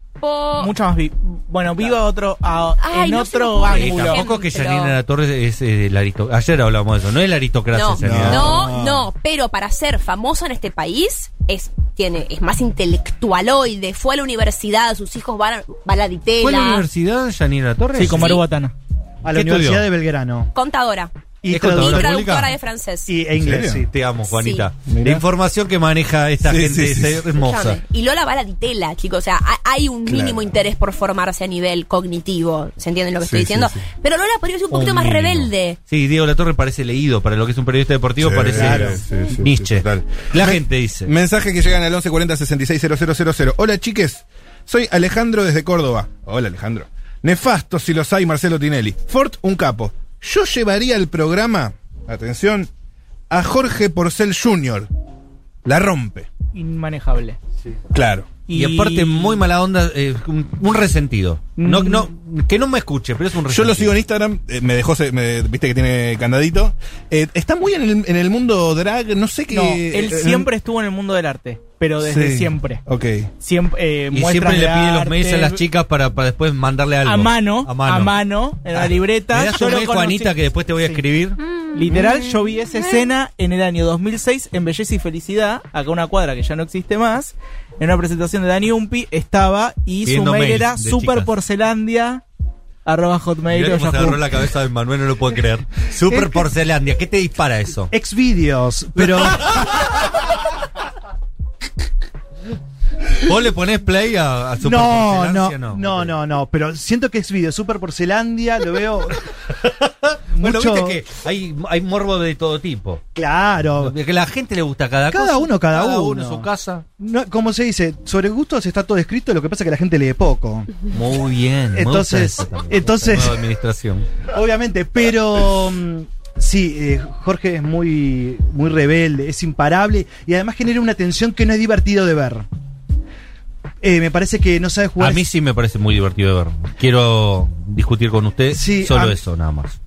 Speaker 5: Mucho más vi- Bueno, viva otro. a-
Speaker 4: Ay,
Speaker 5: en
Speaker 4: no se lo
Speaker 5: otro
Speaker 4: puedo
Speaker 2: Eh,
Speaker 4: Ángulo.
Speaker 5: ángulo.
Speaker 2: tampoco que
Speaker 4: Ah, Pero-
Speaker 2: Janina La Torre es eh, la aristocracia. Ayer hablábamos de eso, no es la aristocracia.
Speaker 4: no,
Speaker 2: Janina.
Speaker 4: no, no, pero para ser famoso en este país es tiene es más intelectualoide, fue a la universidad, sus hijos van a, van a la ditela.
Speaker 2: ¿Fue a la universidad Janina La Torre?
Speaker 5: Sí, con Maru
Speaker 4: Sí.
Speaker 5: Batana.
Speaker 6: A la
Speaker 2: ¿Qué
Speaker 6: Universidad
Speaker 2: estudió?
Speaker 6: de Belgrano.
Speaker 4: Contadora
Speaker 6: Y,
Speaker 2: Es contadora ¿Contadora
Speaker 4: y
Speaker 6: traductora
Speaker 2: pública?
Speaker 4: traductora de francés.
Speaker 6: y- e inglés,
Speaker 3: ¿En
Speaker 6: sí.
Speaker 2: Te amo, Juanita.
Speaker 4: Sí.
Speaker 2: La información que maneja esta
Speaker 3: Sí,
Speaker 2: gente
Speaker 3: sí, sí,
Speaker 2: es
Speaker 3: sí.
Speaker 2: hermosa.
Speaker 4: Escuchame, Y Lola va a la ditela, chicos. O sea, ha- hay un
Speaker 3: Claro.
Speaker 4: mínimo interés por formarse a nivel cognitivo. ¿Se entienden lo que
Speaker 3: Sí,
Speaker 4: estoy
Speaker 3: sí,
Speaker 4: diciendo?
Speaker 3: sí.
Speaker 4: Pero Lola podría ser un poquito
Speaker 2: Un
Speaker 4: más
Speaker 2: mínimo.
Speaker 4: rebelde.
Speaker 2: Sí, Diego La Torre parece leído. Para lo que es un periodista deportivo,
Speaker 3: Sí,
Speaker 2: parece
Speaker 3: claro, sí, sí, sí,
Speaker 2: Nietzsche.
Speaker 3: total.
Speaker 2: la
Speaker 3: Me-
Speaker 2: gente dice.
Speaker 3: Mensajes que llegan al 1140 660000. Hola, chiques. Soy Alejandro desde Córdoba. Hola, Alejandro. Nefasto si los hay, Marcelo Tinelli. Ford, un capo. Yo llevaría el programa, atención, a Jorge Porcel Jr. La rompe.
Speaker 5: Inmanejable.
Speaker 3: Claro.
Speaker 2: y... aparte, muy mala onda, eh, un, un resentido. No, no, que no me escuche, pero es un
Speaker 3: Yo
Speaker 2: resentido.
Speaker 3: lo sigo en Instagram, eh, me dejó, se- me- viste que tiene candadito. Eh, está muy en el, en el mundo drag, no sé qué.
Speaker 5: No, él
Speaker 3: eh,
Speaker 5: siempre estuvo en el mundo del arte, pero desde
Speaker 3: sí.
Speaker 5: siempre.
Speaker 3: Ok.
Speaker 5: Siempre, eh,
Speaker 2: Y
Speaker 5: muestras
Speaker 2: siempre le
Speaker 5: de
Speaker 2: pide los
Speaker 5: arte,
Speaker 2: mails a las chicas para, para después mandarle algo.
Speaker 5: A mano, a mano, en la
Speaker 2: Ah,
Speaker 5: libreta.
Speaker 2: ¿Me das
Speaker 5: Yo
Speaker 2: un
Speaker 5: lo
Speaker 2: mail,
Speaker 5: conocí-
Speaker 2: Juanita, que después te voy a
Speaker 5: Sí.
Speaker 2: escribir?
Speaker 5: Literal, yo vi esa escena en el año 2006 en Belleza y Felicidad, acá una cuadra que ya no existe más, en una presentación de Dani Umpi, estaba y
Speaker 2: Pidiendo
Speaker 5: su mail
Speaker 2: mails
Speaker 5: era
Speaker 2: de chicas.
Speaker 5: superporcelandia arroba hotmail
Speaker 2: Mirá
Speaker 5: o
Speaker 2: cómo se
Speaker 5: yahoo.
Speaker 2: agarró la cabeza de Manuel, no lo puedo creer. Super porcelandia, ¿qué te dispara eso?
Speaker 6: Exvideos,
Speaker 3: <laughs>
Speaker 6: pero
Speaker 2: ¿Vos le ponés play a, a Super
Speaker 6: no, no,
Speaker 2: Porcelandia? <laughs>
Speaker 6: no, no, no, pero siento que Exvideos, Super Porcelandia, lo veo Bueno,
Speaker 2: mucho.
Speaker 6: viste que
Speaker 2: hay, hay morbo de todo tipo.
Speaker 6: Claro.
Speaker 2: Que la gente le gusta cada,
Speaker 6: Cada
Speaker 2: cosa.
Speaker 6: uno, cada
Speaker 2: uno.
Speaker 6: uno.
Speaker 2: su casa.
Speaker 6: No, como se dice, sobre gustos está todo escrito, lo que pasa es que la gente lee poco.
Speaker 2: Muy bien. me gusta
Speaker 6: Entonces-
Speaker 2: eso también, me gusta
Speaker 6: entonces-
Speaker 2: la nueva administración.
Speaker 6: Obviamente, pero mm, sí, eh, Jorge es muy, muy rebelde, es imparable y además genera una tensión que no es divertido de ver. Eh, me parece que no sabe
Speaker 2: A
Speaker 6: jugar.
Speaker 2: mí sí me parece muy divertido de ver. Quiero discutir con usted
Speaker 6: Sí,
Speaker 2: solo
Speaker 6: a-
Speaker 2: eso, nada más.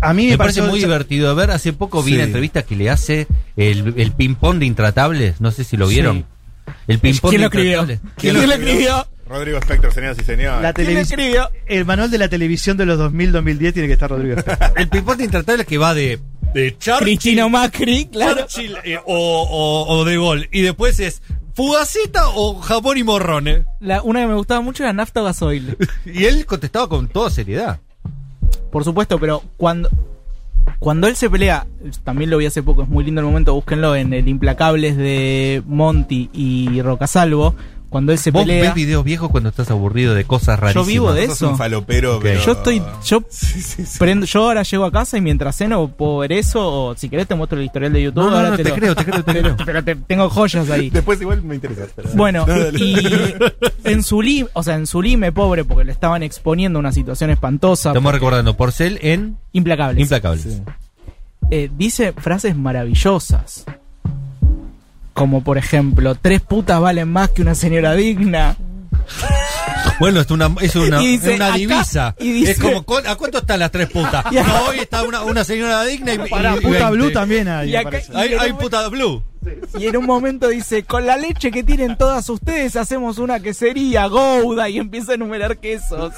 Speaker 6: a mí
Speaker 2: Me,
Speaker 6: me,
Speaker 2: parece
Speaker 6: pareció-
Speaker 2: muy divertido de ver. Hace poco vi
Speaker 6: Sí.
Speaker 2: la entrevista que le hace el, el ping-pong de Intratables. No sé si lo vieron. El ping-pong de
Speaker 5: ¿Quién lo escribió?
Speaker 2: Intratables.
Speaker 5: ¿Quién lo escribió?
Speaker 3: Rodrigo Spector, señoras y señores.
Speaker 6: La
Speaker 5: ¿Quién lo
Speaker 6: televis-
Speaker 5: escribió?
Speaker 6: El manual de la televisión de los 2000-2010 tiene que estar Rodrigo. Espejo.
Speaker 2: El ping-pong de Intratables que va de.
Speaker 8: De Char-
Speaker 5: Cristina Macri, claro.
Speaker 8: Churchill eh, o, o, o de gol. Y después es fugacita o Japón y morrones.
Speaker 5: La- una que me gustaba mucho era Nafta Gasoil.
Speaker 2: eh. Y él contestaba con toda seriedad.
Speaker 5: Por supuesto, pero cuando. Cuando él se pelea, también lo vi hace poco, es muy lindo el momento, búsquenlo en el Implacables de Monty y Rocasalvo. Cuando él se
Speaker 2: Vos
Speaker 5: pelea.
Speaker 2: ves videos viejos cuando estás aburrido de cosas rarísimas.
Speaker 5: vivo de-
Speaker 3: Sos
Speaker 5: eso.
Speaker 3: un falopero, pero-
Speaker 5: Yo
Speaker 3: <laughs>
Speaker 5: estoy. Yo prendo- yo ahora llego a casa y mientras ceno puedo ver eso. O si querés te muestro el historial de YouTube.
Speaker 2: No, no,
Speaker 5: ahora
Speaker 2: no, te
Speaker 5: lo-
Speaker 2: creo, te creo, te
Speaker 5: pero-
Speaker 2: creo.
Speaker 5: <laughs> pero te- tengo joyas ahí.
Speaker 3: Después igual me interesa. pero-
Speaker 5: Bueno,
Speaker 3: No, dale.
Speaker 5: y en Zulí, o sea, en Zulime, pobre, porque le estaban exponiendo una situación espantosa.
Speaker 2: Estamos recordando Porcel en
Speaker 5: Implacables.
Speaker 2: Implacables.
Speaker 5: Eh, dice frases maravillosas. Como por ejemplo, tres putas valen más que una señora digna.
Speaker 2: Bueno, es una, es una,
Speaker 5: Y dice,
Speaker 2: es una
Speaker 5: acá-
Speaker 2: divisa.
Speaker 5: y dice-
Speaker 2: es como, ¿cu- ¿a cuánto están las tres
Speaker 4: <laughs>
Speaker 2: putas?
Speaker 5: Y acá-
Speaker 2: No, hoy está una, una señora digna y. y-
Speaker 6: Pará,
Speaker 2: y
Speaker 6: puta
Speaker 2: 20.
Speaker 6: Blue también hay.
Speaker 5: Y
Speaker 6: me
Speaker 5: acá-
Speaker 6: parece.
Speaker 2: Hay, hay puta Blue.
Speaker 5: Y en un momento dice, con la leche que tienen todas ustedes hacemos una quesería, gouda, y empieza a enumerar quesos.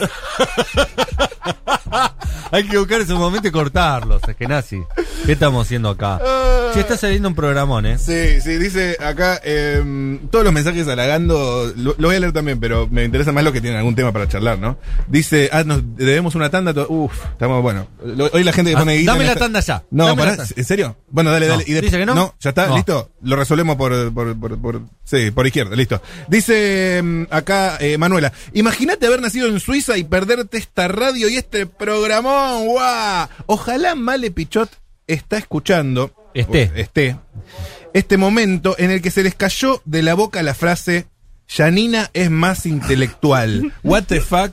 Speaker 2: Hay que buscar ese momento y cortarlos, es que nazi. ¿Qué estamos haciendo acá?
Speaker 4: Ah.
Speaker 2: Si está saliendo un programón, ¿eh?
Speaker 3: Sí, sí, dice acá eh, todos los mensajes halagando. Lo, lo voy a leer también, pero me interesa más los que tienen algún tema para charlar, ¿no? Dice, ah, nos debemos una tanda. to- Uf, estamos, bueno. Lo- hoy la gente que
Speaker 2: Ah,
Speaker 3: pone guita
Speaker 2: dame
Speaker 3: en
Speaker 2: la
Speaker 3: esta-
Speaker 2: tanda ya.
Speaker 3: No,
Speaker 2: Dame la
Speaker 3: pará,
Speaker 2: tanda.
Speaker 3: ¿en serio? Bueno, dale,
Speaker 2: No.
Speaker 3: dale. y de-
Speaker 2: ¿Dice que no?
Speaker 3: ya está,
Speaker 2: No.
Speaker 3: listo. Lo resolvemos por, por, por- por- sí, por izquierda, listo. Dice mm, acá eh, Manuela, imagínate haber nacido en Suiza y perderte esta radio y este programón, guau. Ojalá Male Pichot está escuchando.
Speaker 2: Esté.
Speaker 3: o- Esté. Este momento en el que se les cayó de la boca la frase, Janina es más intelectual. What the fuck.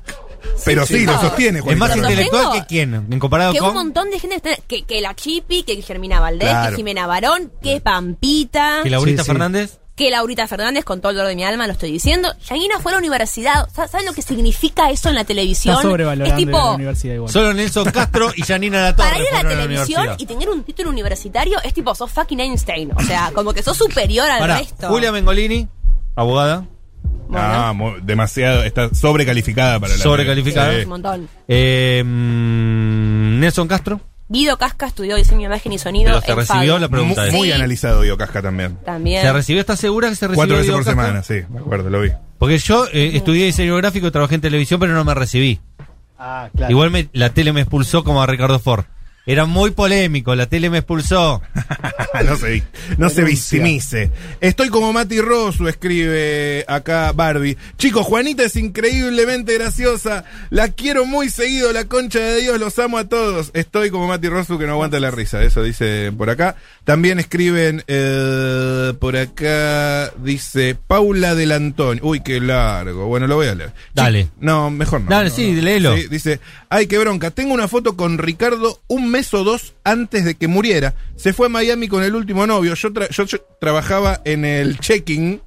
Speaker 3: Pero sí, lo sostiene,
Speaker 2: Es más
Speaker 3: Juanita Carmen.
Speaker 2: intelectual
Speaker 4: Tengo-
Speaker 2: que quién, en comparado
Speaker 4: Que un
Speaker 2: con.
Speaker 4: montón de gente está- que, que la Chipi, que Germina Valdés,
Speaker 3: Claro.
Speaker 4: que Jimena Barón, que Pampita,
Speaker 2: Que Laurita
Speaker 6: Sí, sí.
Speaker 2: Fernández.
Speaker 4: que Laurita Fernández, con todo el dolor de mi alma, lo estoy diciendo. Yanina fue a la universidad. ¿Sa- ¿Saben lo que significa eso en la televisión?
Speaker 5: Está sobrevalorando
Speaker 4: es tipo,
Speaker 5: la universidad igual.
Speaker 2: Solo Nelson Castro y Janina La Torre
Speaker 4: para ir a la
Speaker 2: fueron la
Speaker 4: televisión
Speaker 2: universidad.
Speaker 4: y tener un título universitario es tipo, sos fucking Einstein. O sea, como que sos superior al
Speaker 2: Pará,
Speaker 4: resto.
Speaker 2: Julia Mengolini, abogada,
Speaker 3: Ah, mu- demasiado, está sobrecalificada para la
Speaker 2: Sobrecalificada.
Speaker 4: Sí,
Speaker 3: Sí.
Speaker 4: un montón.
Speaker 2: eh, mm, Nelson Castro,
Speaker 4: Guido Casca estudió diseño, imagen y sonido.
Speaker 2: pero se
Speaker 4: en
Speaker 2: recibió
Speaker 4: Fado.
Speaker 2: la pregunta.
Speaker 3: Mu-
Speaker 2: es.
Speaker 3: ¿eh? Muy,
Speaker 4: Sí.
Speaker 3: analizado Dio Casca también.
Speaker 4: También.
Speaker 2: ¿Se recibió? ¿Estás segura que se recibió?
Speaker 3: Cuatro veces
Speaker 2: Guido
Speaker 3: por
Speaker 2: Castro?
Speaker 3: semana, sí, me acuerdo, lo vi.
Speaker 2: Porque yo eh, estudié diseño gráfico, trabajé en televisión, pero no me recibí.
Speaker 6: Ah, claro.
Speaker 2: Igual me- la tele me expulsó como a Ricardo Ford. Era muy polémico, la tele me expulsó.
Speaker 3: <laughs> no se, vi- no se victimice. Estoy como Mati Rosu, escribe acá Barbie. Chicos, Juanita es increíblemente graciosa. La quiero muy seguido, la concha de Dios, los amo a todos. Estoy como Mati Rosu que no aguanta la risa, eso dice por acá. También escriben, eh, por acá dice Paula del Antonio. Uy, qué largo. Bueno, lo voy a leer. Chi-
Speaker 2: Dale.
Speaker 3: No, mejor no.
Speaker 2: Dale,
Speaker 3: No,
Speaker 2: sí,
Speaker 3: no.
Speaker 2: léelo.
Speaker 3: Sí, Dice, ay, qué bronca. Tengo una foto con Ricardo un mes o dos antes de que muriera. Se fue a Miami con el último novio. Yo, tra- yo- yo trabajaba en el checking.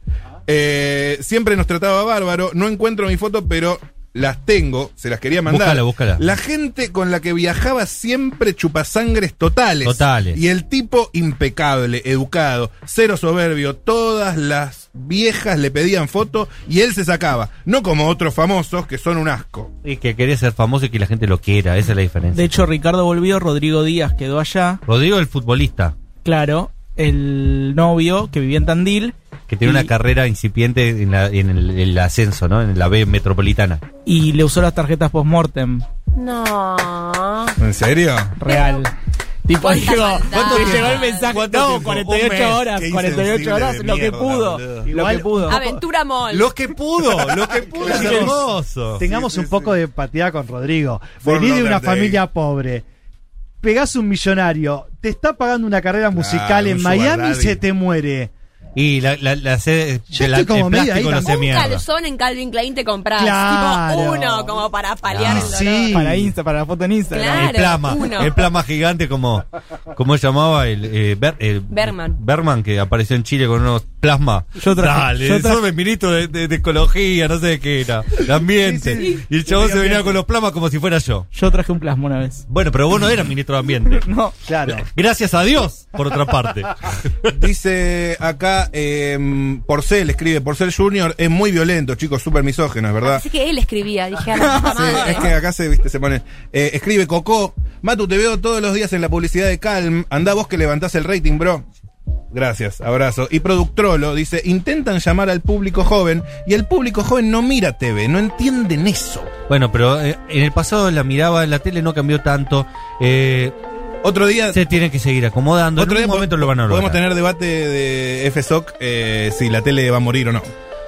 Speaker 3: Eh, siempre nos trataba bárbaro. No encuentro mi foto, pero las tengo. Se las quería mandar.
Speaker 2: Búscala, búscala.
Speaker 3: La gente con la que viajaba siempre chupasangres totales.
Speaker 2: Totales.
Speaker 3: Y el tipo impecable, educado, cero soberbio. Todas las viejas le pedían foto y él se sacaba. No como otros famosos que son un asco.
Speaker 2: Y que quería ser famoso y que la gente lo quiera, esa es la diferencia.
Speaker 5: De hecho, Ricardo volvió, Rodrigo Díaz quedó allá.
Speaker 2: Rodrigo el futbolista,
Speaker 5: Claro, el novio que vivía en Tandil.
Speaker 2: que tiene
Speaker 5: Y-
Speaker 2: una carrera incipiente en, la- en el, el ascenso, ¿no? En la B metropolitana.
Speaker 5: Y le usó las tarjetas post-mortem.
Speaker 4: No.
Speaker 3: ¿En serio?
Speaker 5: Real. Tipo,
Speaker 4: ¿Cuánta
Speaker 5: digo,
Speaker 4: maldad?
Speaker 5: ¿cuánto
Speaker 4: ¿Cuánto
Speaker 5: llegó el
Speaker 4: tiempo?
Speaker 5: mensaje?
Speaker 3: ¿Cuánto
Speaker 5: No,
Speaker 3: tiempo?
Speaker 5: 48
Speaker 3: Un mes.
Speaker 5: horas,
Speaker 3: Qué
Speaker 5: 48
Speaker 3: insensible
Speaker 5: horas,
Speaker 3: de
Speaker 5: lo que
Speaker 3: mierda,
Speaker 5: pudo.
Speaker 3: boludo.
Speaker 5: Lo que pudo.
Speaker 4: Aventura Mall.
Speaker 2: Lo que pudo, lo que pudo, es hermoso.
Speaker 6: Tengamos
Speaker 3: Sí, sí,
Speaker 6: un poco
Speaker 3: sí.
Speaker 6: de empatía con Rodrigo.
Speaker 3: Fue
Speaker 6: Vení de
Speaker 3: Lauderdale.
Speaker 6: una familia pobre. pegás un millonario, te está pagando una carrera musical en
Speaker 3: un sugar
Speaker 6: Miami y
Speaker 3: daddy.
Speaker 6: se te muere.
Speaker 8: Y la, la, la sede
Speaker 6: Yo
Speaker 8: de la-
Speaker 6: estoy como
Speaker 8: el
Speaker 6: medio
Speaker 8: plástico
Speaker 6: ahí
Speaker 8: no se
Speaker 6: tampoco.
Speaker 4: Un
Speaker 8: mierda.
Speaker 4: calzón en Calvin Klein te compras.
Speaker 6: Claro.
Speaker 4: Tipo uno, como para paliar el dolor. <clears throat>
Speaker 6: Sí.
Speaker 5: Para Insta, para la foto en Instagram.
Speaker 4: Claro.
Speaker 8: el plama,
Speaker 4: uno.
Speaker 8: el plama gigante como como se llamaba el, eh, Ber- el-
Speaker 4: Berman.
Speaker 8: Berman que apareció en Chile con unos plasma.
Speaker 5: Yo traje-
Speaker 8: Dale,
Speaker 5: yo traje-
Speaker 8: sos el ministro de, de- de ecología, no sé de qué era, de ambiente. Y el chabón se venía con los plasmas como si fuera yo.
Speaker 5: Yo traje un plasma una vez.
Speaker 8: Bueno, pero vos no eras ministro de ambiente.
Speaker 5: No.
Speaker 6: Claro.
Speaker 8: Gracias a Dios, por otra parte.
Speaker 3: Dice acá, eh, Porcel, escribe, Porcel Junior es muy violento, chicos, súper misógeno, es verdad.
Speaker 4: Así que él escribía, dije, a la puta
Speaker 3: Sí,
Speaker 4: madre.
Speaker 3: es que acá se, viste, se pone. eh, escribe Coco. Matu, te veo todos los días en la publicidad de Calm. Andá vos que levantás el rating, bro. Gracias, abrazo. Y Productrolo dice: intentan llamar al público joven y el público joven no mira TV, no entienden eso.
Speaker 2: Bueno, pero eh, en el pasado la miraba, la tele no cambió tanto. Eh,
Speaker 3: Otro día.
Speaker 2: se tienen que seguir acomodando.
Speaker 3: otro
Speaker 2: en
Speaker 3: día
Speaker 2: un momento
Speaker 3: po-
Speaker 2: lo van a lograr.
Speaker 3: Podemos tener debate de FSOC eh, si la tele va a morir o no.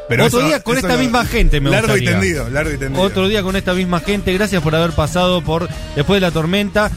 Speaker 3: Pero
Speaker 2: Otro
Speaker 3: eso-
Speaker 2: día con
Speaker 3: eso
Speaker 2: esta
Speaker 3: lo-
Speaker 2: misma gente me
Speaker 3: <laughs> Largo
Speaker 2: gustaría.
Speaker 3: y tendido, largo y tendido.
Speaker 2: Otro día con esta misma gente. Gracias por haber pasado por Después de la Tormenta.